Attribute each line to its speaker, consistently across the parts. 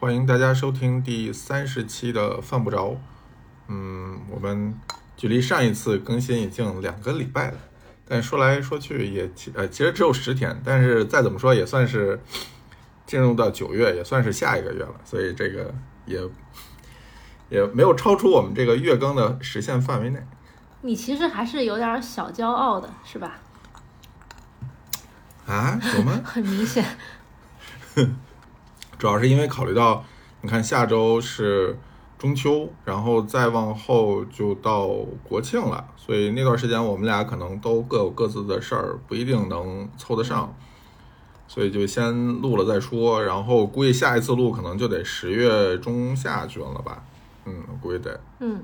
Speaker 1: 欢迎大家收听第三十期的《犯不着》。嗯，我们距离上一次更新已经两个礼拜了，但说来说去也其呃其实只有十天，但是再怎么说也算是进入到九月，也算是下一个月了，所以这个也也没有超出我们这个月更的时限范围内。
Speaker 2: 你其实还是有点小骄傲的，是吧？
Speaker 1: 啊？有吗？
Speaker 2: 很明显，
Speaker 1: 主要是因为考虑到，你看下周是中秋，然后再往后就到国庆了，所以那段时间我们俩可能都各有各自的事儿，不一定能凑得上，所以就先录了再说。然后估计下一次录可能就得十月中下旬了吧，嗯，估计得。
Speaker 2: 嗯，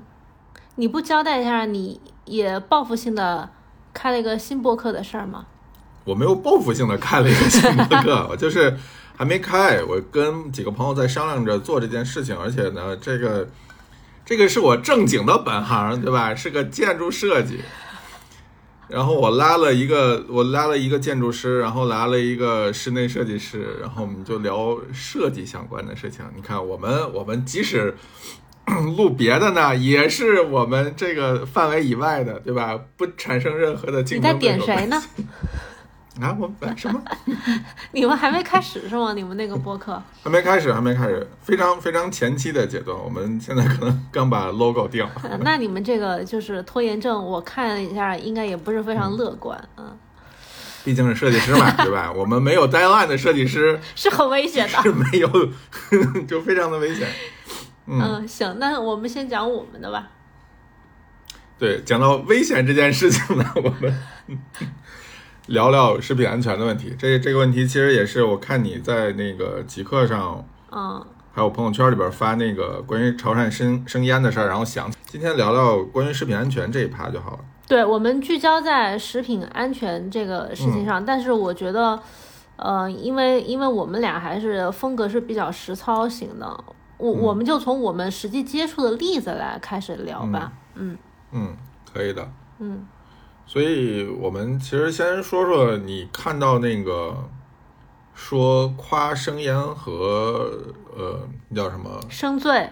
Speaker 2: 你不交代一下，你也报复性的开了一个新播客的事儿吗？
Speaker 1: 我没有报复性的开了一个新播客， 我就是还没开，我跟几个朋友在商量着做这件事情，而且呢，这个这个是我正经的本行，对吧？是个建筑设计。然后我拉了一个，我拉了一个建筑师，然后拉了一个室内设计师，然后我们就聊设计相关的事情。你看，我们我们即使录别的呢，也是我们这个范围以外的，对吧？不产生任何的
Speaker 2: 你
Speaker 1: 竞
Speaker 2: 在
Speaker 1: 争对手。
Speaker 2: 点谁呢？
Speaker 1: 啊，我们什么？
Speaker 2: 你们还没开始是吗？你们那个播客？
Speaker 1: 还没开始，还没开始，非常非常前期的阶段，我们现在可能 刚把 logo 定了。
Speaker 2: 呃那你们这个就是拖延症，我看了一下，应该也不是非常乐观，嗯，
Speaker 1: 毕竟是设计师嘛，对吧？我们没有 deadline 的设计师
Speaker 2: 是很危险的。
Speaker 1: 是没有， 就非常的危险。嗯，
Speaker 2: 嗯，行，那我们先讲我们的吧。
Speaker 1: 对，讲到危险这件事情呢，我们 聊聊食品安全的问题。这这个问题其实也是我看你在那个极客上
Speaker 2: 嗯，
Speaker 1: 还有朋友圈里边发那个关于潮汕生生腌的事儿，然后想今天聊聊关于食品安全这一趴就好了。
Speaker 2: 对，我们聚焦在食品安全这个事
Speaker 1: 嗯
Speaker 2: 情上，但是我觉得，呃，因为因为我们俩还是风格是比较实操型的，我、
Speaker 1: 嗯
Speaker 2: 我们就从我们实际接触的例子来开始聊吧。嗯
Speaker 1: 嗯，可以的。
Speaker 2: 嗯
Speaker 1: 所以我们其实先说说你看到那个说夸生腌和呃那叫什么
Speaker 2: 生醉，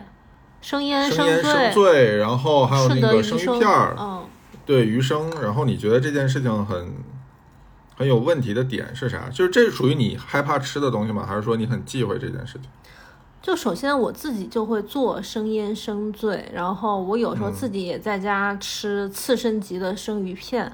Speaker 2: 生腌
Speaker 1: 生腌
Speaker 2: 醉
Speaker 1: 生，醉，然后还有
Speaker 2: 顺
Speaker 1: 那
Speaker 2: 德
Speaker 1: 个
Speaker 2: 鱼
Speaker 1: 生鱼
Speaker 2: 生
Speaker 1: 片儿，
Speaker 2: 嗯，
Speaker 1: 对鱼生，然后你觉得这件事情很很有问题的点是啥？就是这属于你害怕吃的东西吗？还是说你很忌讳这件事情？
Speaker 2: 就首先我自己就会做生腌生醉，然后我有时
Speaker 1: 嗯
Speaker 2: 候自己也在家吃刺身级的生鱼片，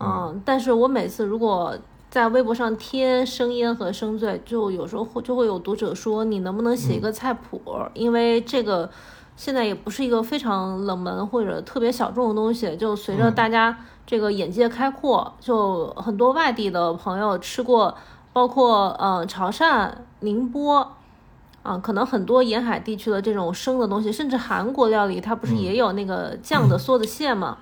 Speaker 2: 嗯，但是我每次如果在微博上贴生腌和生醉，就有时候会就会有读者说你能不能写一个菜谱，因为这个现在也不是一个非常冷门或者特别小众的东西，就随着大家这个眼界开阔，就很多外地的朋友吃过，包括呃潮汕、宁波。啊，可能很多沿海地区的这种生的东西，甚至韩国料理，它不是也有那个酱的梭子蟹吗？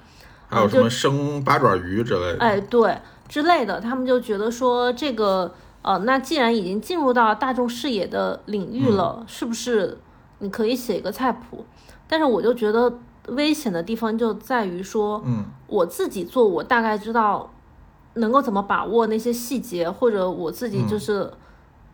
Speaker 1: 还有
Speaker 2: 嗯
Speaker 1: 什么生八爪鱼之类的？
Speaker 2: 哎，对之类的，他们就觉得说这个呃，那既然已经进入到大众视野的领域了，是不是你可以写一个菜谱？但是我就觉得危险的地方就在于说，
Speaker 1: 嗯
Speaker 2: 我自己做，我大概知道能够怎么把握那些细节，或者我自
Speaker 1: 嗯
Speaker 2: 己就是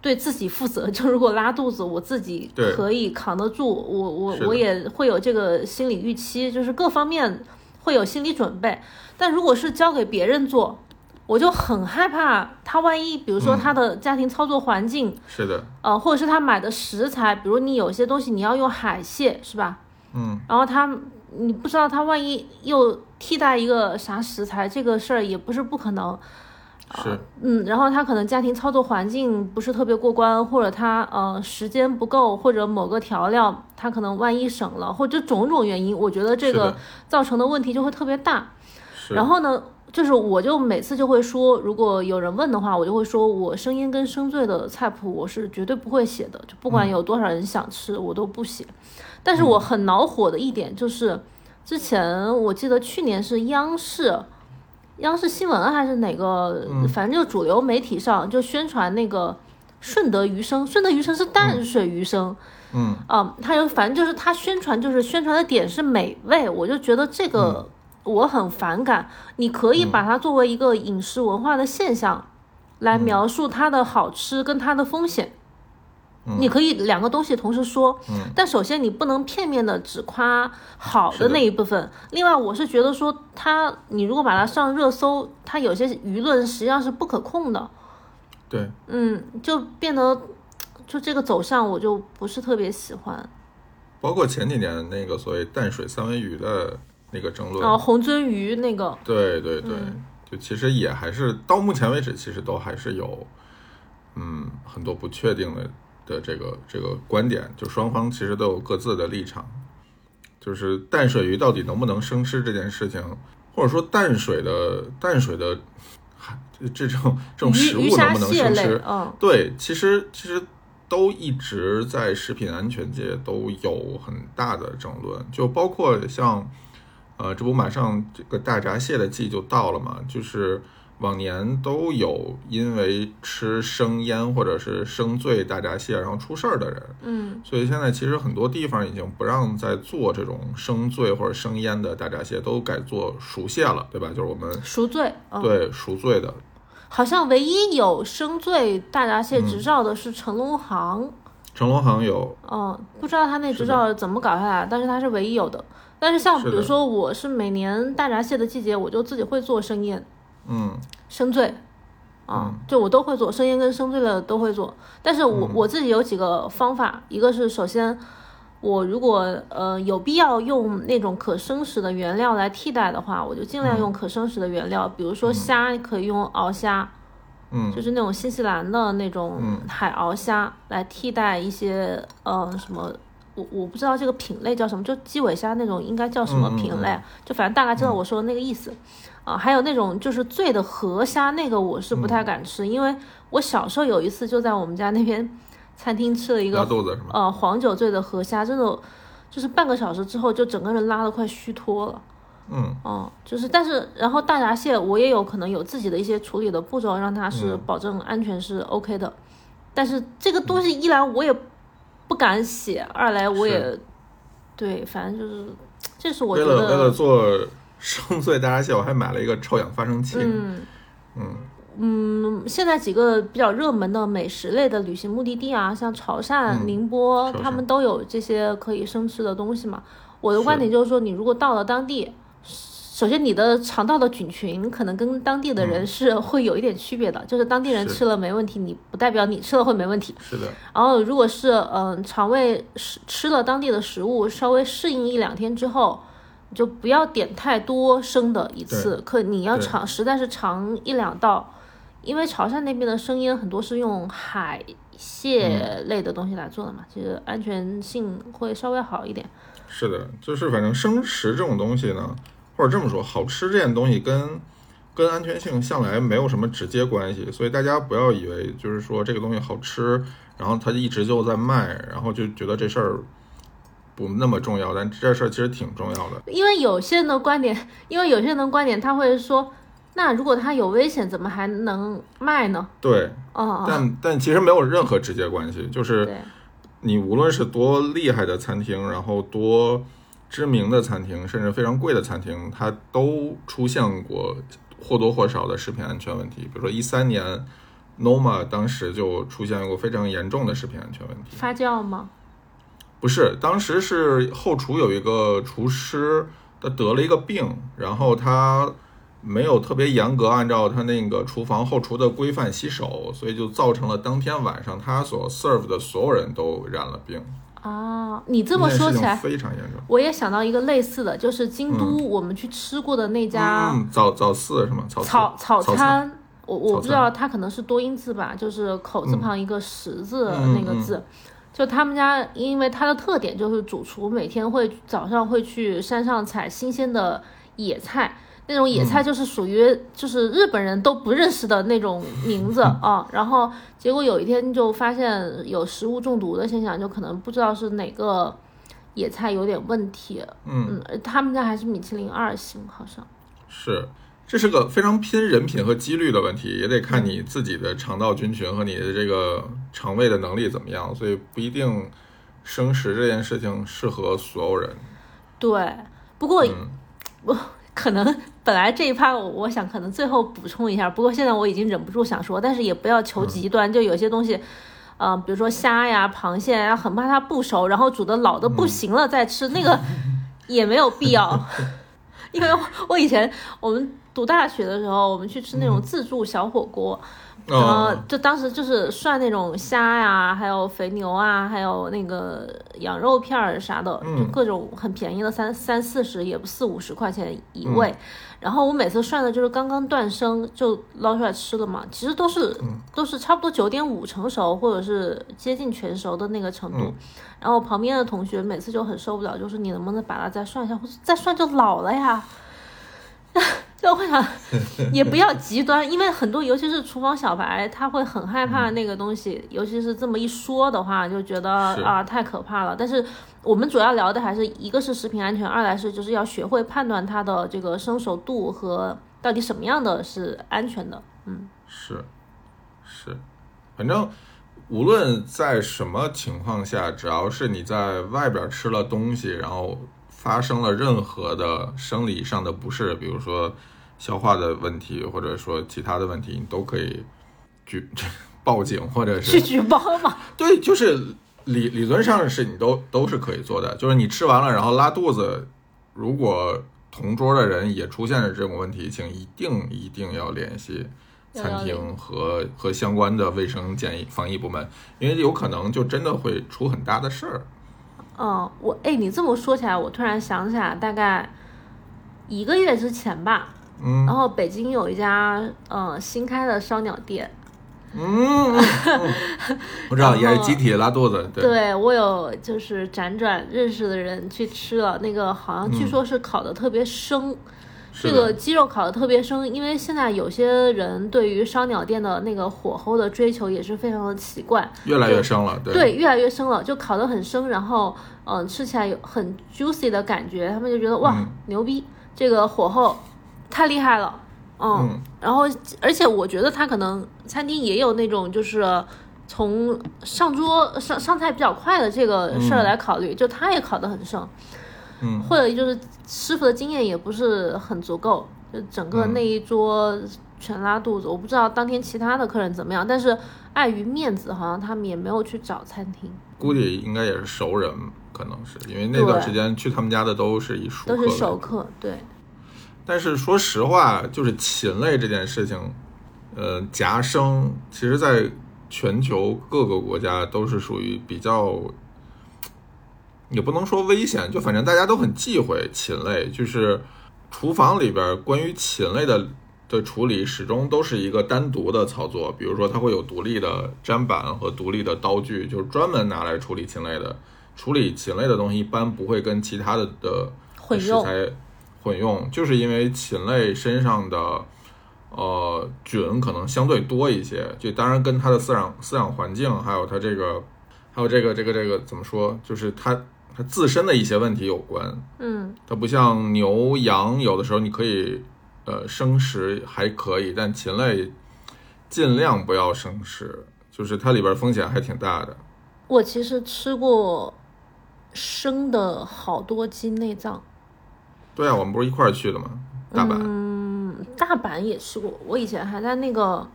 Speaker 2: 对自己负责。 就如果拉肚子，我自己
Speaker 1: 对
Speaker 2: 可以扛得住，我我
Speaker 1: 是的
Speaker 2: 我也会有这个心理预期，就是各方面会有心理准备。但如果是交给别人做，我就很害怕他万一，比如说他的家庭操作环境，
Speaker 1: 是的，
Speaker 2: 呃，或者是他买的食材，比如你有些东西你要用海蟹，是吧？
Speaker 1: 嗯，
Speaker 2: 然后他，你不知道他万一又替代一个啥食材，这个事儿也不是不可能。
Speaker 1: 是
Speaker 2: 嗯，然后他可能家庭操作环境不是特别过关，或者他呃时间不够，或者某个调料他可能万一省了，或者种种原因，我觉得这
Speaker 1: 是
Speaker 2: 个
Speaker 1: 的
Speaker 2: 造成的问题就会特别大。
Speaker 1: 是。
Speaker 2: 然后呢，就是我就每次就会说，如果有人问的话，我就会说我生腌跟生醉的菜谱我是绝对不会写的，就不管有多少人想吃，我都不写。但是我很恼火的一点就是，之前我记得去年是央视。央视新闻啊还是哪个，反正就主流媒体上就宣传那个顺德鱼生，顺德鱼生是淡水鱼生，
Speaker 1: 嗯
Speaker 2: 嗯，他就反正就是他宣传，就是宣传的点是美味，我就觉得这个我很反感。你可以把它作为一个饮食文化的现象来描述它的好吃跟它的风险，你可以两个东西同时说，
Speaker 1: 嗯
Speaker 2: 但首先你不能片面的只夸好的那一部分。另外，我是觉得说它，你如果把它上热搜，它有些舆论实际上是不可控的，
Speaker 1: 对，
Speaker 2: 嗯，就变得就这个走向我就不是特别喜欢。
Speaker 1: 包括前几年那个所谓淡水三文鱼的那个争论，
Speaker 2: 然后呃红鳟鱼那个，
Speaker 1: 对对对，
Speaker 2: 哦嗯
Speaker 1: 就其实也还是到目前为止，其实都还是有，嗯，很多不确定的的这个这个观点，就双方其实都有各自的立场，就是淡水鱼到底能不能生吃这件事情，或者说淡水的淡水的海这这种这种食
Speaker 2: 鱼鱼
Speaker 1: 物能
Speaker 2: 虾
Speaker 1: 不能
Speaker 2: 蟹
Speaker 1: 生
Speaker 2: 类
Speaker 1: 吃，，
Speaker 2: 嗯，
Speaker 1: 对，其实其实都一直在食品安全界都有很大的争论，就包括像，呃，这不马上这个大闸蟹的季就到了嘛，就是往年都有因为吃生腌或者是生醉大闸蟹然后出事儿的人，
Speaker 2: 嗯，
Speaker 1: 所以现在其实很多地方已经不让再做这种生醉或者生腌的大闸蟹，都改做熟蟹了，对吧？就是我们
Speaker 2: 赎罪，嗯，
Speaker 1: 对赎醉的，
Speaker 2: 好像唯一有生醉大闸蟹
Speaker 1: 嗯
Speaker 2: 执照的是成龙行，
Speaker 1: 成龙行有
Speaker 2: 嗯，不知道他那
Speaker 1: 是
Speaker 2: 执
Speaker 1: 的
Speaker 2: 照怎么搞下来，但是他是唯一有的。但是像
Speaker 1: 是
Speaker 2: 比
Speaker 1: 的
Speaker 2: 如说，我是每年大闸蟹的季节，我就自己会做生腌、
Speaker 1: 嗯
Speaker 2: 生醉，啊、
Speaker 1: 嗯
Speaker 2: 就我都会做，生腌跟生醉了都会做。但是我、
Speaker 1: 嗯
Speaker 2: 我自己有几个方法，一个是首先，我如果呃有必要用那种可生食的原料来替代的话，我就尽量
Speaker 1: 嗯
Speaker 2: 用可生食的原料，比如说虾可以用鳌虾，
Speaker 1: 嗯
Speaker 2: 就是那种新西兰的那种
Speaker 1: 嗯
Speaker 2: 海鳌虾来替代一些呃什么，我我不知道这个品类叫什么，就鸡尾虾那种应该叫什么
Speaker 1: 嗯嗯
Speaker 2: 品类，
Speaker 1: 嗯
Speaker 2: 就反正大概知道我说的那个意思。啊，还有那种就是醉的河虾，那个我是不
Speaker 1: 嗯
Speaker 2: 太敢吃，因为我小时候有一次就在我们家那边 餐厅吃了一
Speaker 1: 拉
Speaker 2: 个
Speaker 1: 肚子是吗？
Speaker 2: 呃黄酒醉的河虾，真的就是半个小时之后就整个人拉的快虚脱了。
Speaker 1: 嗯。
Speaker 2: 哦，就是，但是然后大闸蟹我也有可能有自己的一些处理的步骤，让它是
Speaker 1: 嗯
Speaker 2: 保证安全是 OK 的。但是这个东西一来我也不敢写，二来我也对，反正就是这是我
Speaker 1: 为
Speaker 2: 觉
Speaker 1: 了为了
Speaker 2: 得，
Speaker 1: 做 生碎大闸蟹，我还买了一个臭氧发生器。
Speaker 2: 嗯
Speaker 1: 嗯
Speaker 2: 嗯，现在几个比较热门的美食类的旅行目的地啊，像潮汕、
Speaker 1: 嗯
Speaker 2: 宁波，
Speaker 1: 潮汕
Speaker 2: 他们都有这些可以生吃的东西嘛。我的
Speaker 1: 是
Speaker 2: 观点就是说，你如果到了当地，首先你的肠道的菌群可能跟当地的人是 会有一点区别的，就是当地人
Speaker 1: 嗯是
Speaker 2: 吃了没问题，你不代表你吃了会没问题。
Speaker 1: 是的，
Speaker 2: 然后如果是嗯、肠胃吃吃了当地的食物，稍微适应一两天之后。你就不要点太多生的一次，可你要
Speaker 1: 对
Speaker 2: 尝，实在是尝一两道，因为潮汕那边的生腌很多是用海蟹
Speaker 1: 嗯
Speaker 2: 类的东西来做的嘛，其实安全性会稍微好一点。
Speaker 1: 是的，就是反正生食这种东西呢，或者这么说，好吃这件东西跟跟安全性向来没有什么直接关系，所以大家不要以为就是说这个东西好吃，然后它一直就在卖，然后就觉得这事儿不那么重要，但这事儿其实挺重要的。
Speaker 2: 因为有些人的观点，因为有些人的观点他会说，那如果它有危险，怎么还能卖呢？
Speaker 1: 对，
Speaker 2: 哦、哦
Speaker 1: 但但其实没有任何直接关系，就是
Speaker 2: 对，
Speaker 1: 你无论是多厉害的餐厅，然后多知名的餐厅，甚至非常贵的餐厅，它都出现过或多或少的食品安全问题。比如说一三年，Noma 当时就出现过非常严重的食品安全问题。
Speaker 2: 发酵吗？
Speaker 1: 不是，当时是后厨有一个厨师，他得了一个病，然后他没有特别严格按照他那个厨房后厨的规范洗手，所以就造成了当天晚上他所 serve 的所有人都染了病。
Speaker 2: 啊，你这么说起
Speaker 1: 那件
Speaker 2: 来
Speaker 1: 事，情非常严重。
Speaker 2: 我也想到一个类似的，就是京都我们去吃过的那家
Speaker 1: 嗯，早早四是吗？早四
Speaker 2: 草
Speaker 1: 早餐
Speaker 2: 餐，我我
Speaker 1: 草
Speaker 2: 不知道它可能是多音字吧，就是口字旁一个十字
Speaker 1: 嗯
Speaker 2: 那个字。就他们家，因为它的特点就是主厨每天会早上会去山上采新鲜的野菜，那种野
Speaker 1: 嗯
Speaker 2: 菜就是属于就是日本人都不认识的那种名 字啊。然后结果有一天就发现有食物中毒的现象，就可能不知道是哪个野菜有点问题。
Speaker 1: 嗯，
Speaker 2: 嗯，他们家还是米其林二星，好像。
Speaker 1: 是，这是个非常拼人品和几率的问题，也得看
Speaker 2: 嗯
Speaker 1: 你自己的肠道菌群和你的这个肠胃的能力怎么样，所以不一定生食这件事情适合所有人。
Speaker 2: 对，不过、
Speaker 1: 嗯
Speaker 2: 我可能本来这一趴我我想可能最后补充一下，不过现在我已经忍不住想说，但是也不要求极端，就有些东西。呃，比如说虾呀、螃蟹呀，很怕它不熟，然后煮的老的不行了再吃，那个也没有必要。 因为我以前我们读大学的时候，我们去吃那种自助小火锅，然后
Speaker 1: 哦，
Speaker 2: 就当时就是涮那种虾呀，还有肥牛啊，还有那个羊肉片儿啥的，
Speaker 1: 嗯
Speaker 2: 就各种很便宜的三三四十，也不四五十块钱一位。
Speaker 1: 嗯
Speaker 2: 然后我每次涮的就是刚刚断生就捞出来吃了嘛，其实都是、
Speaker 1: 嗯
Speaker 2: 都是差不多九点五成熟或者是接近全熟的那个程度。然后旁边的同学每次就很受不了，就是你能不能把它再涮一下？我说再涮就老了呀。 就会 想，也不要极端，因为很多，尤其是厨房小白，他会很害
Speaker 1: 嗯
Speaker 2: 怕那个东西，尤其是这么一说的话，就觉得
Speaker 1: 是
Speaker 2: 啊太可怕了。但是我们主要聊的还是一个是食品安全，二来是就是要学会判断它的这个生熟度和到底什么样的是安全的。嗯，
Speaker 1: 是是，反正无论在什么情况下，只要是你在外边吃了东西，然后发生了任何的生理上的不适，比如说消化的问题，或者说其他的问题，你都可以举 报警，或者是
Speaker 2: 去举报嘛。
Speaker 1: 对，就是理理论上是你都都是可以做的，就是你吃完了然后拉肚子，如果同桌的人也出现了这种问题，请一定一定要联系
Speaker 2: 要
Speaker 1: 餐
Speaker 2: 要联
Speaker 1: 厅和和相关的卫生检疫防疫部门，因为有可能就真的会出很大的事儿。
Speaker 2: 嗯，我哎，你这么说起来，我突然想起来，大概一个月之前吧，
Speaker 1: 嗯
Speaker 2: 然后北京有一家呃新开的烧鸟店，
Speaker 1: 嗯，嗯嗯我知道也是集体拉肚子，对，
Speaker 2: 对我有就是辗转认识的人去吃了，那个好像据说是烤的特别生，
Speaker 1: 嗯是
Speaker 2: 这
Speaker 1: 的
Speaker 2: 个鸡肉烤的特别生，因为现在有些人对于烧鸟店的那个火候的追求也是非常的奇怪，
Speaker 1: 越来越生了，对，
Speaker 2: 对，越来越生了，就烤得很生，然后嗯、呃吃起来有很 juicy 的感觉，他们就觉得哇、
Speaker 1: 嗯
Speaker 2: 牛逼，这个火候太厉害了，嗯，
Speaker 1: 嗯
Speaker 2: 然后而且我觉得他可能餐厅也有那种就是从上桌上上菜比较快的这个事儿来考虑，就他也烤得很生，
Speaker 1: 嗯，
Speaker 2: 或者就是师傅的经验也不是很足够，就整个
Speaker 1: 嗯
Speaker 2: 那一桌全拉肚子。我不知道当天其他的客人怎么样，但是碍于面子，好像他们也没有去找餐厅，
Speaker 1: 估计应该也是熟人，可能是因为那段
Speaker 2: 对
Speaker 1: 时间去他们家的都是以熟
Speaker 2: 都
Speaker 1: 客
Speaker 2: 是
Speaker 1: 为
Speaker 2: 熟
Speaker 1: 主
Speaker 2: 客。对，
Speaker 1: 但是说实话，就是禽类这件事情，呃，夹生其实在全球各个国家都是属于比较，也不能说危险，就反正大家都很忌讳禽类，就是厨房里边关于禽类的。的处理始终都是一个单独的操作，比如说它会有独立的砧板和独立的刀具，就是专门拿来处理禽类的。处理禽类的东西一般不会跟其他的的
Speaker 2: 混
Speaker 1: 食
Speaker 2: 用
Speaker 1: 材混用，就是因为禽类身上的呃菌可能相对多一些，这当然跟它的饲养饲养环境，还有它这个还有这个这个这个怎么说，就是它它自身的一些问题有关。
Speaker 2: 嗯，
Speaker 1: 它不像牛羊，有的时候你可以呃生食还可以，但禽类尽量不要生食，就是它里边风险还挺大的。
Speaker 2: 我其实吃过生的好多鸡内脏，
Speaker 1: 对啊，我们不是一块儿去的吗？大阪，
Speaker 2: 嗯，大阪也吃过，我以前还在那个。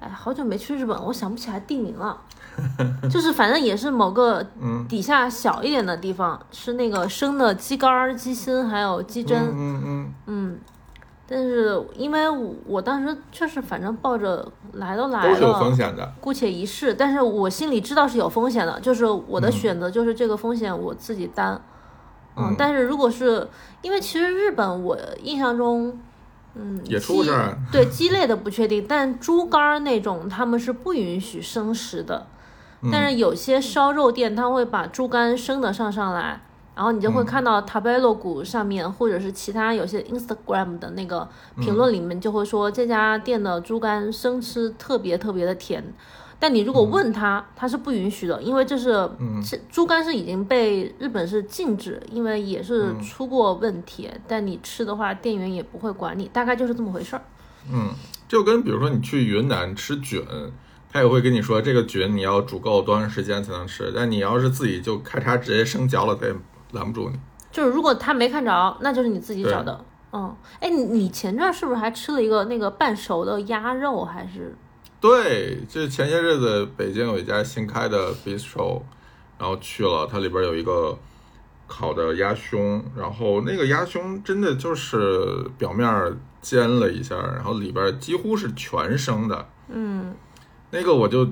Speaker 2: 哎，好久没去日本，我想不起来地名 了。就是反正也是某个
Speaker 1: 嗯
Speaker 2: 底下小一点的地方是那个生的鸡肝儿、鸡心还有鸡胗，嗯
Speaker 1: 嗯嗯嗯，
Speaker 2: 但是因为我我当时确实反正抱着来都来
Speaker 1: 都是有风
Speaker 2: 了，
Speaker 1: 险的。
Speaker 2: 姑且一试，但是我心里知道是有风险的，就是我
Speaker 1: 嗯
Speaker 2: 的选择就是这个风险我自己担，嗯，
Speaker 1: 嗯
Speaker 2: 但是如果是因为其实日本我印象中。嗯，
Speaker 1: 也出过
Speaker 2: 鸡
Speaker 1: 事儿啊
Speaker 2: 对鸡类的不确定，但猪肝儿那种他们是不允许生食的。
Speaker 1: 嗯
Speaker 2: 但是有些烧肉店，它会把猪肝生的上上来，然后你就
Speaker 1: 嗯
Speaker 2: 会看到 Tabello 谷上面，或者是其他有些 Instagram 的那个
Speaker 1: 嗯
Speaker 2: 评论里面，就会说这家店的猪肝生吃特别特别的甜。但你如果问他，他是不允许的，因为这是是猪肝是已经被日本是禁止，因为也是出过问题。但你吃的话，店员也不会管你，大概就是这么回事儿。
Speaker 1: 嗯，就跟比如说你去云南吃菌，他也会跟你说这个菌你要煮够多长时间才能吃，但你要是自己就咔嚓直接生嚼了，他也拦不住你。
Speaker 2: 就是如果他没看着，那就是你自己找的。嗯，哎，你你前阵儿是不是还吃了一个那个半熟的鸭肉，还是
Speaker 1: 对，这前些日子北京有一家新开的 bistro，然后去了，它里边有一个烤的鸭胸，然后那个鸭胸真的就是表面煎了一下，然后里边几乎是全生的，
Speaker 2: 嗯，
Speaker 1: 那个我就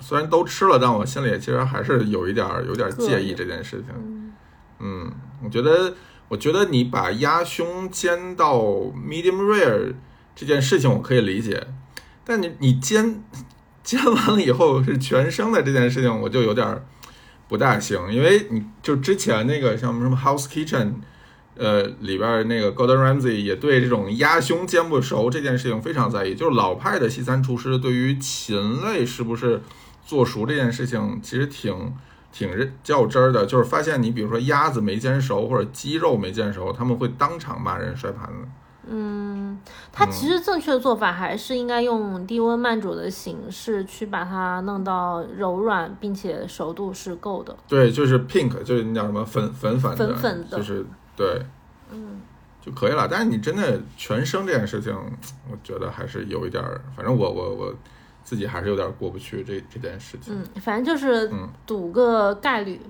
Speaker 1: 虽然都吃了，但我心里其实还是有一点儿有点儿介意这件事情。嗯，我觉得，我觉得你把鸭胸煎到 medium rare 这件事情我可以理解，但你你煎 煎完了以后是全生的这件事情，我就有点儿不大行，因为你就之前那个像什么 House Kitchen，呃，里边儿那个 Gordon Ramsay 也对这种鸭胸煎不熟这件事情非常在意，就是老派的西餐厨师对于禽类是不是做熟这件事情，其实挺。挺认较真儿的，就是发现你比如说鸭子没煎熟或者鸡肉没煎熟，他们会当场骂人摔盘子。
Speaker 2: 它其实正确的做法还是应该用低温慢煮的形式去把它弄到柔软，并且熟度是够的。
Speaker 1: 对，就是 pink，就是那叫什么粉粉粉的，
Speaker 2: 粉粉的
Speaker 1: 就是对，嗯，就可以了。但是你真的全生这件事情，我觉得还是有一点儿，反正我我我自己还是有点过不去这这件事情。
Speaker 2: 嗯，反正就是赌个概率，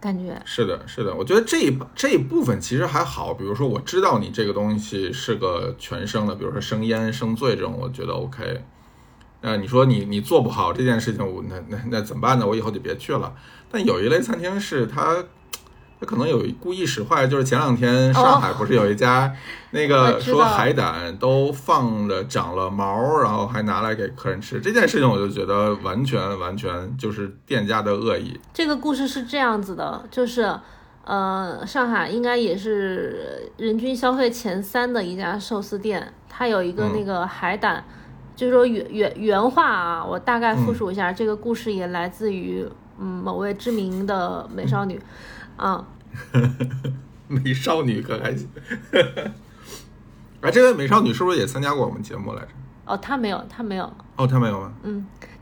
Speaker 2: 感觉
Speaker 1: 是的，是的，我觉得这一这一部分其实还好。比如说，我知道你这个东西是个全生的，比如说生腌、生醉这种，我觉得 OK。那你说你你做不好这件事情，我那那那怎么办呢？我以后就别去了。但有一类餐厅是它，它可能有故意使坏，就是前两天上海不是有一家、 那
Speaker 2: 哦我
Speaker 1: 个
Speaker 2: 知
Speaker 1: 说
Speaker 2: 道
Speaker 1: 海胆都放了长了毛，然后还拿来给客人吃这件事情，我就觉得完全完全就是店家的恶意。
Speaker 2: 这个故事是这样子的，就是，呃，上海应该也是人均消费前三的一家寿司店，它有一个
Speaker 1: 嗯
Speaker 2: 那个海胆，就是说原原原话啊，我大概复述一下，这个故事也来自于嗯某位知名的美少女，啊，
Speaker 1: 美少女可还行。 哎，这位美少女是不是也参加过我们节目来着？
Speaker 2: 哦，她没有，她没有，
Speaker 1: 哦，她没有吗？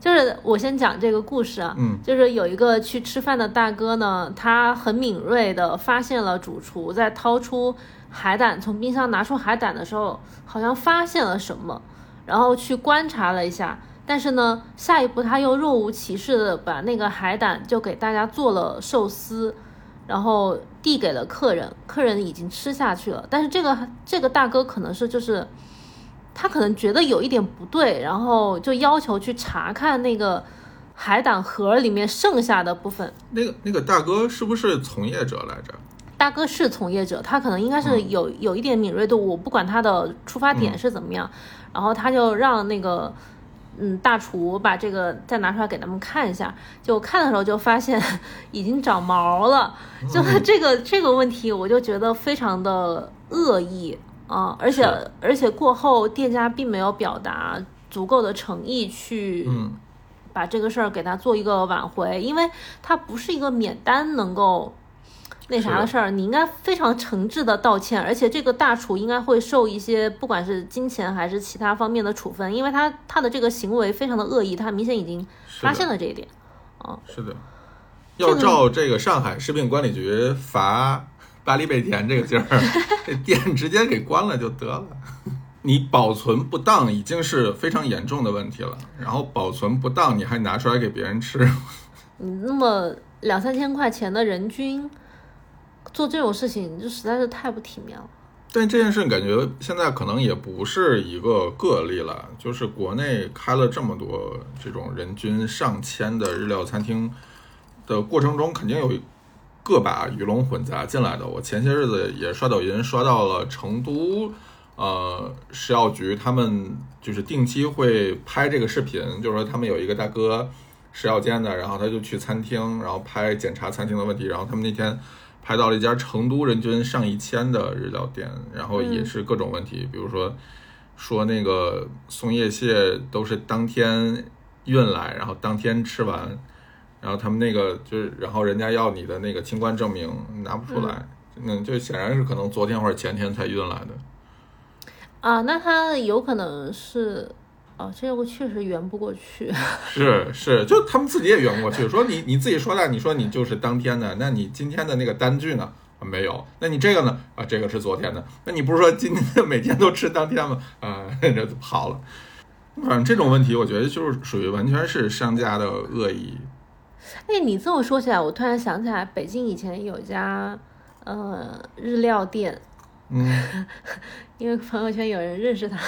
Speaker 2: 就是我先讲这个故事啊，
Speaker 1: 嗯，
Speaker 2: 就是有一个去吃饭的大哥呢，他很敏锐的发现了主厨在掏出海胆，从冰箱拿出海胆的时候，好像发现了什么，然后去观察了一下，但是呢，下一步他又若无其事的把那个海胆就给大家做了寿司，然后递给了客人，客人已经吃下去了，但是这个这个大哥可能是就是。他可能觉得有一点不对，然后就要求去查看那个海胆盒里面剩下的部分。
Speaker 1: 那个那个大哥是不是从业者来着？
Speaker 2: 大哥是从业者，他可能应该是有、有一点敏锐度，我不管他的出发点是怎么样，然后他就让那个嗯大厨把这个再拿出来给他们看一下，就看的时候就发现 已经长毛了，就是这个、这个问题，我就觉得非常的恶意啊，而且
Speaker 1: 是
Speaker 2: 而且过后店家并没有表达足够的诚意去
Speaker 1: 嗯，
Speaker 2: 把这个事儿给他做一个挽回，因为它不是一个免单能够那啥的事儿，你应该非常诚挚的道歉，而且这个大厨应该会受一些不管是金钱还是其他方面的处分，因为他他的这个行为非常的恶意，他明显已经
Speaker 1: 嗯是
Speaker 2: 发现
Speaker 1: 的，
Speaker 2: 了这一点。
Speaker 1: 是的。要照这个上海食品管理局罚巴黎贝甜这个劲儿， 这店直接给关了就得了。你保存不当已经是非常严重的问题了，然后保存不当你还拿出来给别人吃，
Speaker 2: 你嗯那么两三千块钱的人均做这种事情，就实在是太不体面了。
Speaker 1: 但这件事感觉现在可能也不是一个个例了，就是国内开了这么多这种人均上千的日料餐厅的过程中，肯定有个把鱼龙混杂进来的。我前些日子也刷抖音刷到了成都，呃，食药局他们就是定期会拍这个视频，就是说他们有一个大哥食药监的，然后他就去餐厅，然后拍检查餐厅的问题，然后他们那天。拍到了一家成都人均上一千的日料店，然后也是各种问题，比如说说那个松叶蟹都是当天运来，然后当天吃完，然后他们那个就是，然后人家要你的那个清关证明拿不出来，嗯，就显然是可能昨天或者前天才运来的。
Speaker 2: 啊，那他有可能是，哦，这个确实圆不过去。
Speaker 1: 是是，就他们自己也圆不过去，说你你自己说的，你说你就是当天的，那你今天的那个单据呢？啊没有，那你这个呢？啊， 这个是昨天的，那你不是说今天每天都吃当天吗？啊，这就跑了。反正这种问题，我觉得就是属于完全是商家的恶意。
Speaker 2: 哎，你这么说起来，我突然想起来，北京以前有一家呃日料店，
Speaker 1: 嗯，
Speaker 2: 因为朋友圈有人认识他，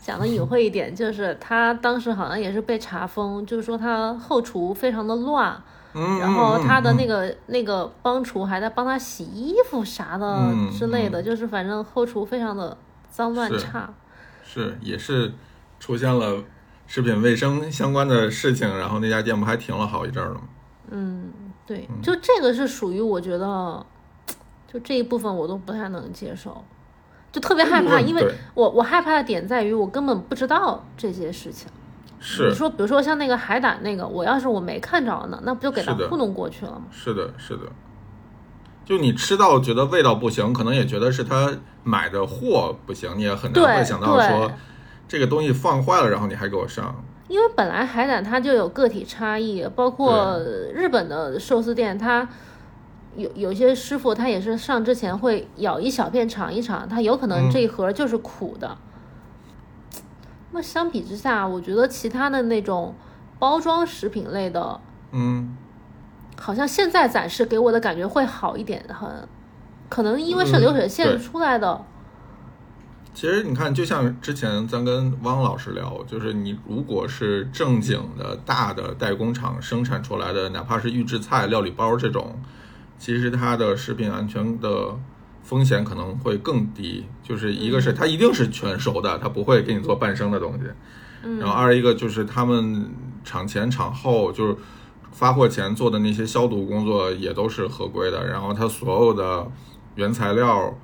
Speaker 2: 讲的隐晦一点，就是他当时好像也是被查封，就是说他后厨非常的乱，
Speaker 1: 嗯
Speaker 2: 然后他的那
Speaker 1: 个，
Speaker 2: 个、那个帮厨还在帮他洗衣服啥的
Speaker 1: 嗯
Speaker 2: 之类的，就是反正后厨非常的脏乱
Speaker 1: 是
Speaker 2: 差。
Speaker 1: 是也是出现了食品卫生相关的事情，然后那家店不还停了好一阵儿了吗？
Speaker 2: 嗯，对，就这个是属于我觉得，就这一部分我都不太能接受，就特别害怕，
Speaker 1: 嗯
Speaker 2: 因为
Speaker 1: 对
Speaker 2: 我我害怕的点在于我根本不知道这些事情。你
Speaker 1: 是
Speaker 2: 说，比如说像那个海胆那个，我要是我没看着呢，那不就给他
Speaker 1: 是的
Speaker 2: 糊弄过去了吗？
Speaker 1: 是的，是的。就你吃到觉得味道不行，可能也觉得是他买的货不行，你也很难
Speaker 2: 对
Speaker 1: 会想到说
Speaker 2: 对
Speaker 1: 这个东西放坏了，然后你还给我上。
Speaker 2: 因为本来海胆它就有个体差异，包括日本的寿司店，它有有些师傅他也是上之前会咬一小片尝一尝，他有可
Speaker 1: 嗯
Speaker 2: 能这一盒就是苦的。那相比之下，我觉得其他的那种包装食品类的，
Speaker 1: 嗯，
Speaker 2: 好像现在暂时给我的感觉会好一点，很可能因为是流水
Speaker 1: 嗯
Speaker 2: 线
Speaker 1: 对
Speaker 2: 出来的，
Speaker 1: 其实你看，就像之前咱跟汪老师聊，就是你如果是正经的大的代工厂生产出来的，哪怕是预制菜、料理包这种，其实它的食品安全的风险可能会更低。就是一个是它一定是全熟的，它不会给你做半生的东西。然后二一个就是他们厂前厂后就是发货前做的那些消毒工作也都是合规的，然后它所有的原材料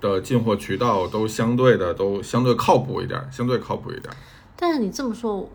Speaker 1: 的进货渠道都相对的都相对靠谱一点，相对靠谱一点。
Speaker 2: 但是你这么说，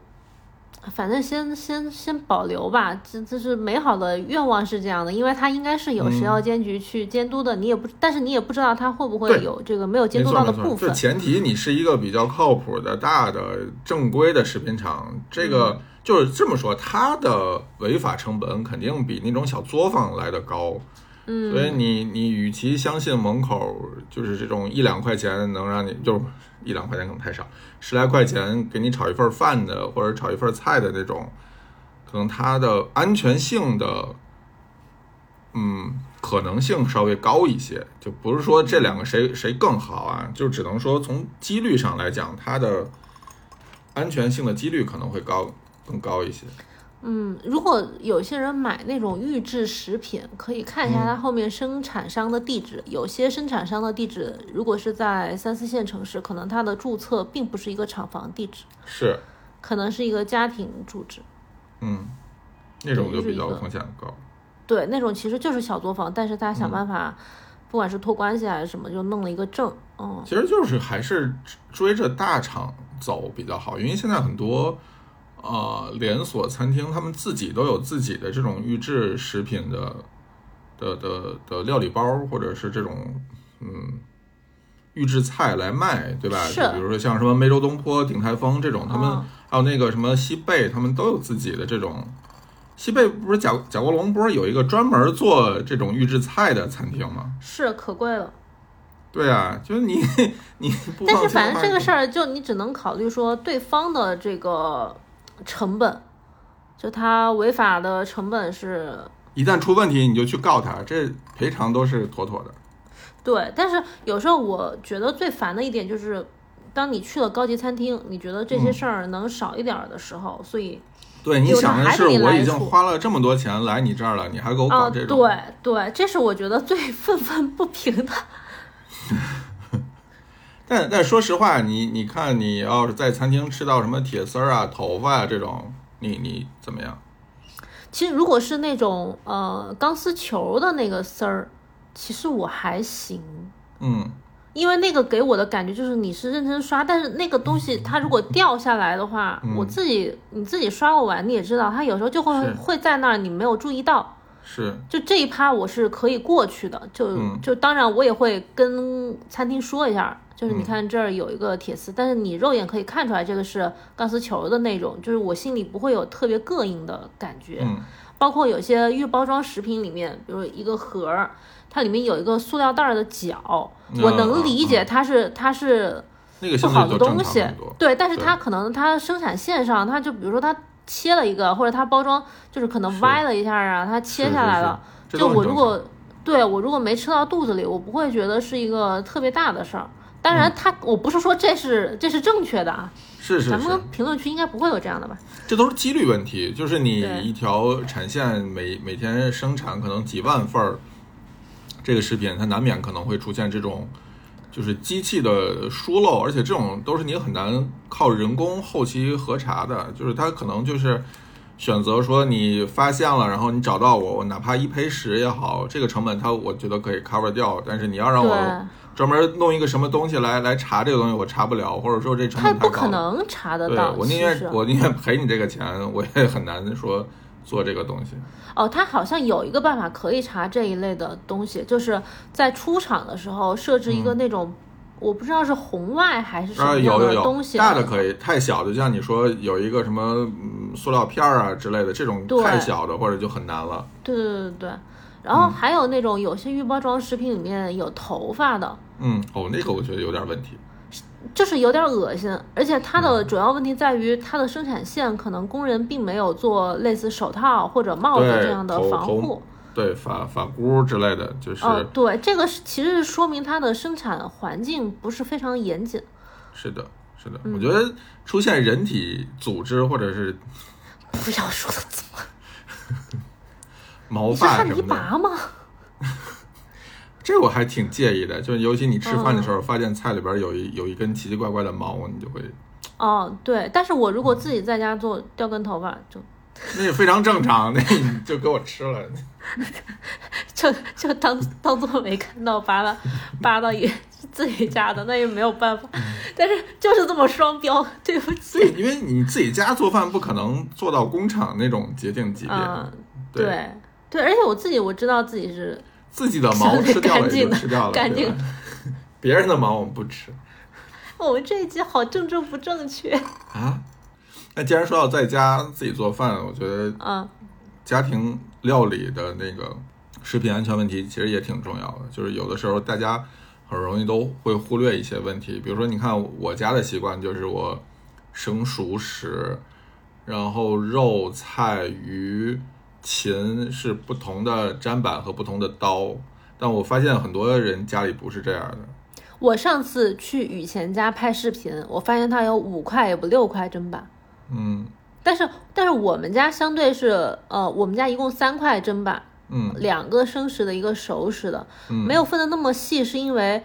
Speaker 2: 反正先先先保留吧，这这是美好的愿望是这样的，因为它应该是有食药监局去监督的，你也不，但是你也不知道它会不会
Speaker 1: 对
Speaker 2: 有这个没有监
Speaker 1: 没
Speaker 2: 督
Speaker 1: 错
Speaker 2: 到的
Speaker 1: 没错，
Speaker 2: 部
Speaker 1: 就
Speaker 2: 分。
Speaker 1: 前提你是一个比较靠谱的大的正规的食品厂，这
Speaker 2: 嗯
Speaker 1: 个就是这么说，它的违法成本肯定比那种小作坊来的高。所以
Speaker 2: 嗯，
Speaker 1: 你你与其相信门口就是这种一两块钱能让你就是一两块钱可能太少，十来块钱给你炒一份饭的或者炒一份菜的那种，可能它的安全性的，嗯，可能性稍微高一些。就不是说这两个
Speaker 2: 嗯
Speaker 1: 谁谁更好啊，就只能说从几率上来讲，它的安全性的几率可能会高更高一些。
Speaker 2: 嗯，如果有些人买那种预制食品，可以看一下它后面生产商的地址。有些生产商的地址，如果是在三四线城市，可能它的注册并不是一个厂房地址，
Speaker 1: 是，
Speaker 2: 可能是一个家庭住址。
Speaker 1: 嗯，那种就
Speaker 2: 对就是
Speaker 1: 比
Speaker 2: 一
Speaker 1: 较
Speaker 2: 个
Speaker 1: 风险高。
Speaker 2: 对，那种其实就是小作坊，但是他
Speaker 1: 嗯
Speaker 2: 想办法，不管是托关系还啊是什么，就弄了一个证。嗯，
Speaker 1: 其实就是还是追着大厂走比较好，因为现在很多呃连锁餐厅他们自己都有自己的这种预制食品的的的的料理包，或者是这种嗯预制菜来卖，对吧？
Speaker 2: 是
Speaker 1: 就比如说像什么梅州东坡、鼎泰丰这种，他们、
Speaker 2: 嗯
Speaker 1: 还有那个什么西贝，他们都有自己的这种。西贝不是贾贾国龙不是有一个专门做这种预制菜的餐厅吗？
Speaker 2: 是可贵了。
Speaker 1: 对啊，就是你 你不
Speaker 2: 但
Speaker 1: 放心的
Speaker 2: 是反正
Speaker 1: 话
Speaker 2: 这个
Speaker 1: 你
Speaker 2: 事儿，就你只能考虑说对方的这个成本，就他违法的成本是
Speaker 1: 一旦出问题，你就去告他，这赔偿都是妥妥的。
Speaker 2: 对。但是有时候我觉得最烦的一点就是，当你去了高级餐厅，你觉得这
Speaker 1: 嗯
Speaker 2: 些事儿能少一点儿的时候，所以
Speaker 1: 对，你
Speaker 2: 有时候
Speaker 1: 想的
Speaker 2: 还
Speaker 1: 是
Speaker 2: 得你
Speaker 1: 我
Speaker 2: 来
Speaker 1: 已
Speaker 2: 一
Speaker 1: 经
Speaker 2: 处
Speaker 1: 花了这么多钱来你这儿了，你还给我
Speaker 2: 啊，
Speaker 1: 搞这种，
Speaker 2: 对对，这是我觉得最 愤愤不平的。
Speaker 1: 但但说实话，你你看，你要是在餐厅吃到什么铁丝儿啊、头发啊这种，你你怎么样？
Speaker 2: 其实如果是那种呃钢丝球的那个丝儿，其实我还行，
Speaker 1: 嗯，
Speaker 2: 因为那个给我的感觉就是你是认真刷，但是那个东西它如果掉下来的话，我自己你自己刷过碗你也知道，它有时候就会
Speaker 1: 是
Speaker 2: 会在那儿你没有注意到，
Speaker 1: 是，
Speaker 2: 就这一趴我是可以过去的，就、
Speaker 1: 嗯
Speaker 2: 就当然我也会跟餐厅说一下，就是你看这儿有一个铁丝，但是你肉眼可以看出来这个是钢丝球的那种，就是我心里不会有特别膈应的感觉。
Speaker 1: 嗯
Speaker 2: 包括有些预包装食品里面，比如一个盒儿，它里面有一个塑料袋儿的角，
Speaker 1: 嗯
Speaker 2: 我能理解它是它是
Speaker 1: 那个
Speaker 2: 不
Speaker 1: 相
Speaker 2: 好
Speaker 1: 对
Speaker 2: 的
Speaker 1: 就
Speaker 2: 东
Speaker 1: 正
Speaker 2: 西
Speaker 1: 常很多。。
Speaker 2: 对，但是
Speaker 1: 对
Speaker 2: 它可能它生产线上，它就比如说它切了一个，或者它包装就是可能
Speaker 1: 是
Speaker 2: 歪了一下啊，它切
Speaker 1: 是
Speaker 2: 下
Speaker 1: 是
Speaker 2: 来
Speaker 1: 是
Speaker 2: 了。
Speaker 1: 这
Speaker 2: 就
Speaker 1: 都很
Speaker 2: 我如
Speaker 1: 正
Speaker 2: 果对我如果没吃到肚子里，我不会觉得是一个特别大的事儿。当然它，我不是说这是这是正确的啊，
Speaker 1: 常是嗯是
Speaker 2: 咱
Speaker 1: 是
Speaker 2: 们，评论区应该不会有这样的吧？
Speaker 1: 这都是几率问题。就是你
Speaker 2: 对
Speaker 1: 一条产线每每天生产可能几万份儿这个食品，它难免可能会出现这种就是机器的疏漏，而且这种都是你很难靠人工后期核查的，就是它可能就是。选择说你发现了，然后你找到我，我哪怕一赔十也好，这个成本它我觉得可以 cover 掉。但是你要让
Speaker 2: 对，
Speaker 1: 我专门弄一个什么东西来来查这个东西，我查不了，或者说这成
Speaker 2: 它也
Speaker 1: 本太
Speaker 2: 不
Speaker 1: 高了。
Speaker 2: 可能查得
Speaker 1: 对
Speaker 2: 到。
Speaker 1: 我宁
Speaker 2: 其
Speaker 1: 愿
Speaker 2: 实啊
Speaker 1: 我宁愿赔你这个钱，我也很难说做这个东西。
Speaker 2: 哦，它好像有一个办法可以查这一类的东西，就是在出厂的时候设置一个那种，我不知道是红外还是
Speaker 1: 嗯
Speaker 2: 什
Speaker 1: 啊，
Speaker 2: 么样
Speaker 1: 有有
Speaker 2: 的
Speaker 1: 有，
Speaker 2: 东西，
Speaker 1: 大
Speaker 2: 啊
Speaker 1: 的可以，太小的，就像你说有一个什么嗯塑料片儿啊之类的，这种
Speaker 2: 对
Speaker 1: 太小的或者就很难了。
Speaker 2: 对对对对对。然
Speaker 1: 嗯
Speaker 2: 后还有那种有些预包装食品里面有头发的，
Speaker 1: 嗯，哦，那个我觉得有点问题。
Speaker 2: 就是有点恶心，而且它的
Speaker 1: 嗯
Speaker 2: 主要问题在于它的生产线可能工人并没有做类似手套或者帽子
Speaker 1: 对
Speaker 2: 这样的
Speaker 1: 头
Speaker 2: 防
Speaker 1: 头
Speaker 2: 护。
Speaker 1: 对，发发箍之类的，就是、
Speaker 2: 哦，对，这个是其实是说明它的生产环境不是非常严谨。
Speaker 1: 是的，是
Speaker 2: 嗯
Speaker 1: 的。我觉得出现人体组织或者是
Speaker 2: 不要说的这么，
Speaker 1: 毛
Speaker 2: 你是
Speaker 1: 发
Speaker 2: 汉
Speaker 1: 什
Speaker 2: 尼
Speaker 1: 么的，
Speaker 2: 拔吗？
Speaker 1: 这我还挺介意的。就是尤其你吃饭
Speaker 2: 嗯
Speaker 1: 的时候，发现菜里边有一有一根奇奇怪怪的毛，你就会
Speaker 2: 哦，对，但是我如果自己在家做掉根头发，就
Speaker 1: 那也非常正常，那你就给我吃了。
Speaker 2: 就就当当做没看到，扒拉扒拉也是自己家的，那也没有办法。但是就是这么双标， 对不
Speaker 1: 所以
Speaker 2: 起。，
Speaker 1: 因为你嗯自己家做饭不可能做到工厂那种洁净级别，
Speaker 2: 嗯，
Speaker 1: 对
Speaker 2: 对对，而且我自己我知道自己是
Speaker 1: 自己的毛吃掉了也就吃掉了，
Speaker 2: 干净
Speaker 1: 对
Speaker 2: 的
Speaker 1: 吧？ 别人的毛我们不吃
Speaker 2: 我们这一集好政治不正确。
Speaker 1: 啊。那既然说到在家自己做饭，我觉得
Speaker 2: 嗯，
Speaker 1: 家庭料理的那个食品安全问题其实也挺重要的，就是有的时候大家很容易都会忽略一些问题，比如说你看我家的习惯就是我生熟食，然后肉、菜、鱼、禽是不同的砧板和不同的刀，但我发现很多人家里不是这样的，
Speaker 2: 我上次去雨前家拍视频，我发现它有五块也不六块砧板，
Speaker 1: 嗯
Speaker 2: 但是但是我们家相对是呃，我们家一共三块砧板，
Speaker 1: 嗯
Speaker 2: 两个生食的，一个熟食的，
Speaker 1: 嗯
Speaker 2: 没有分的那么细，是因为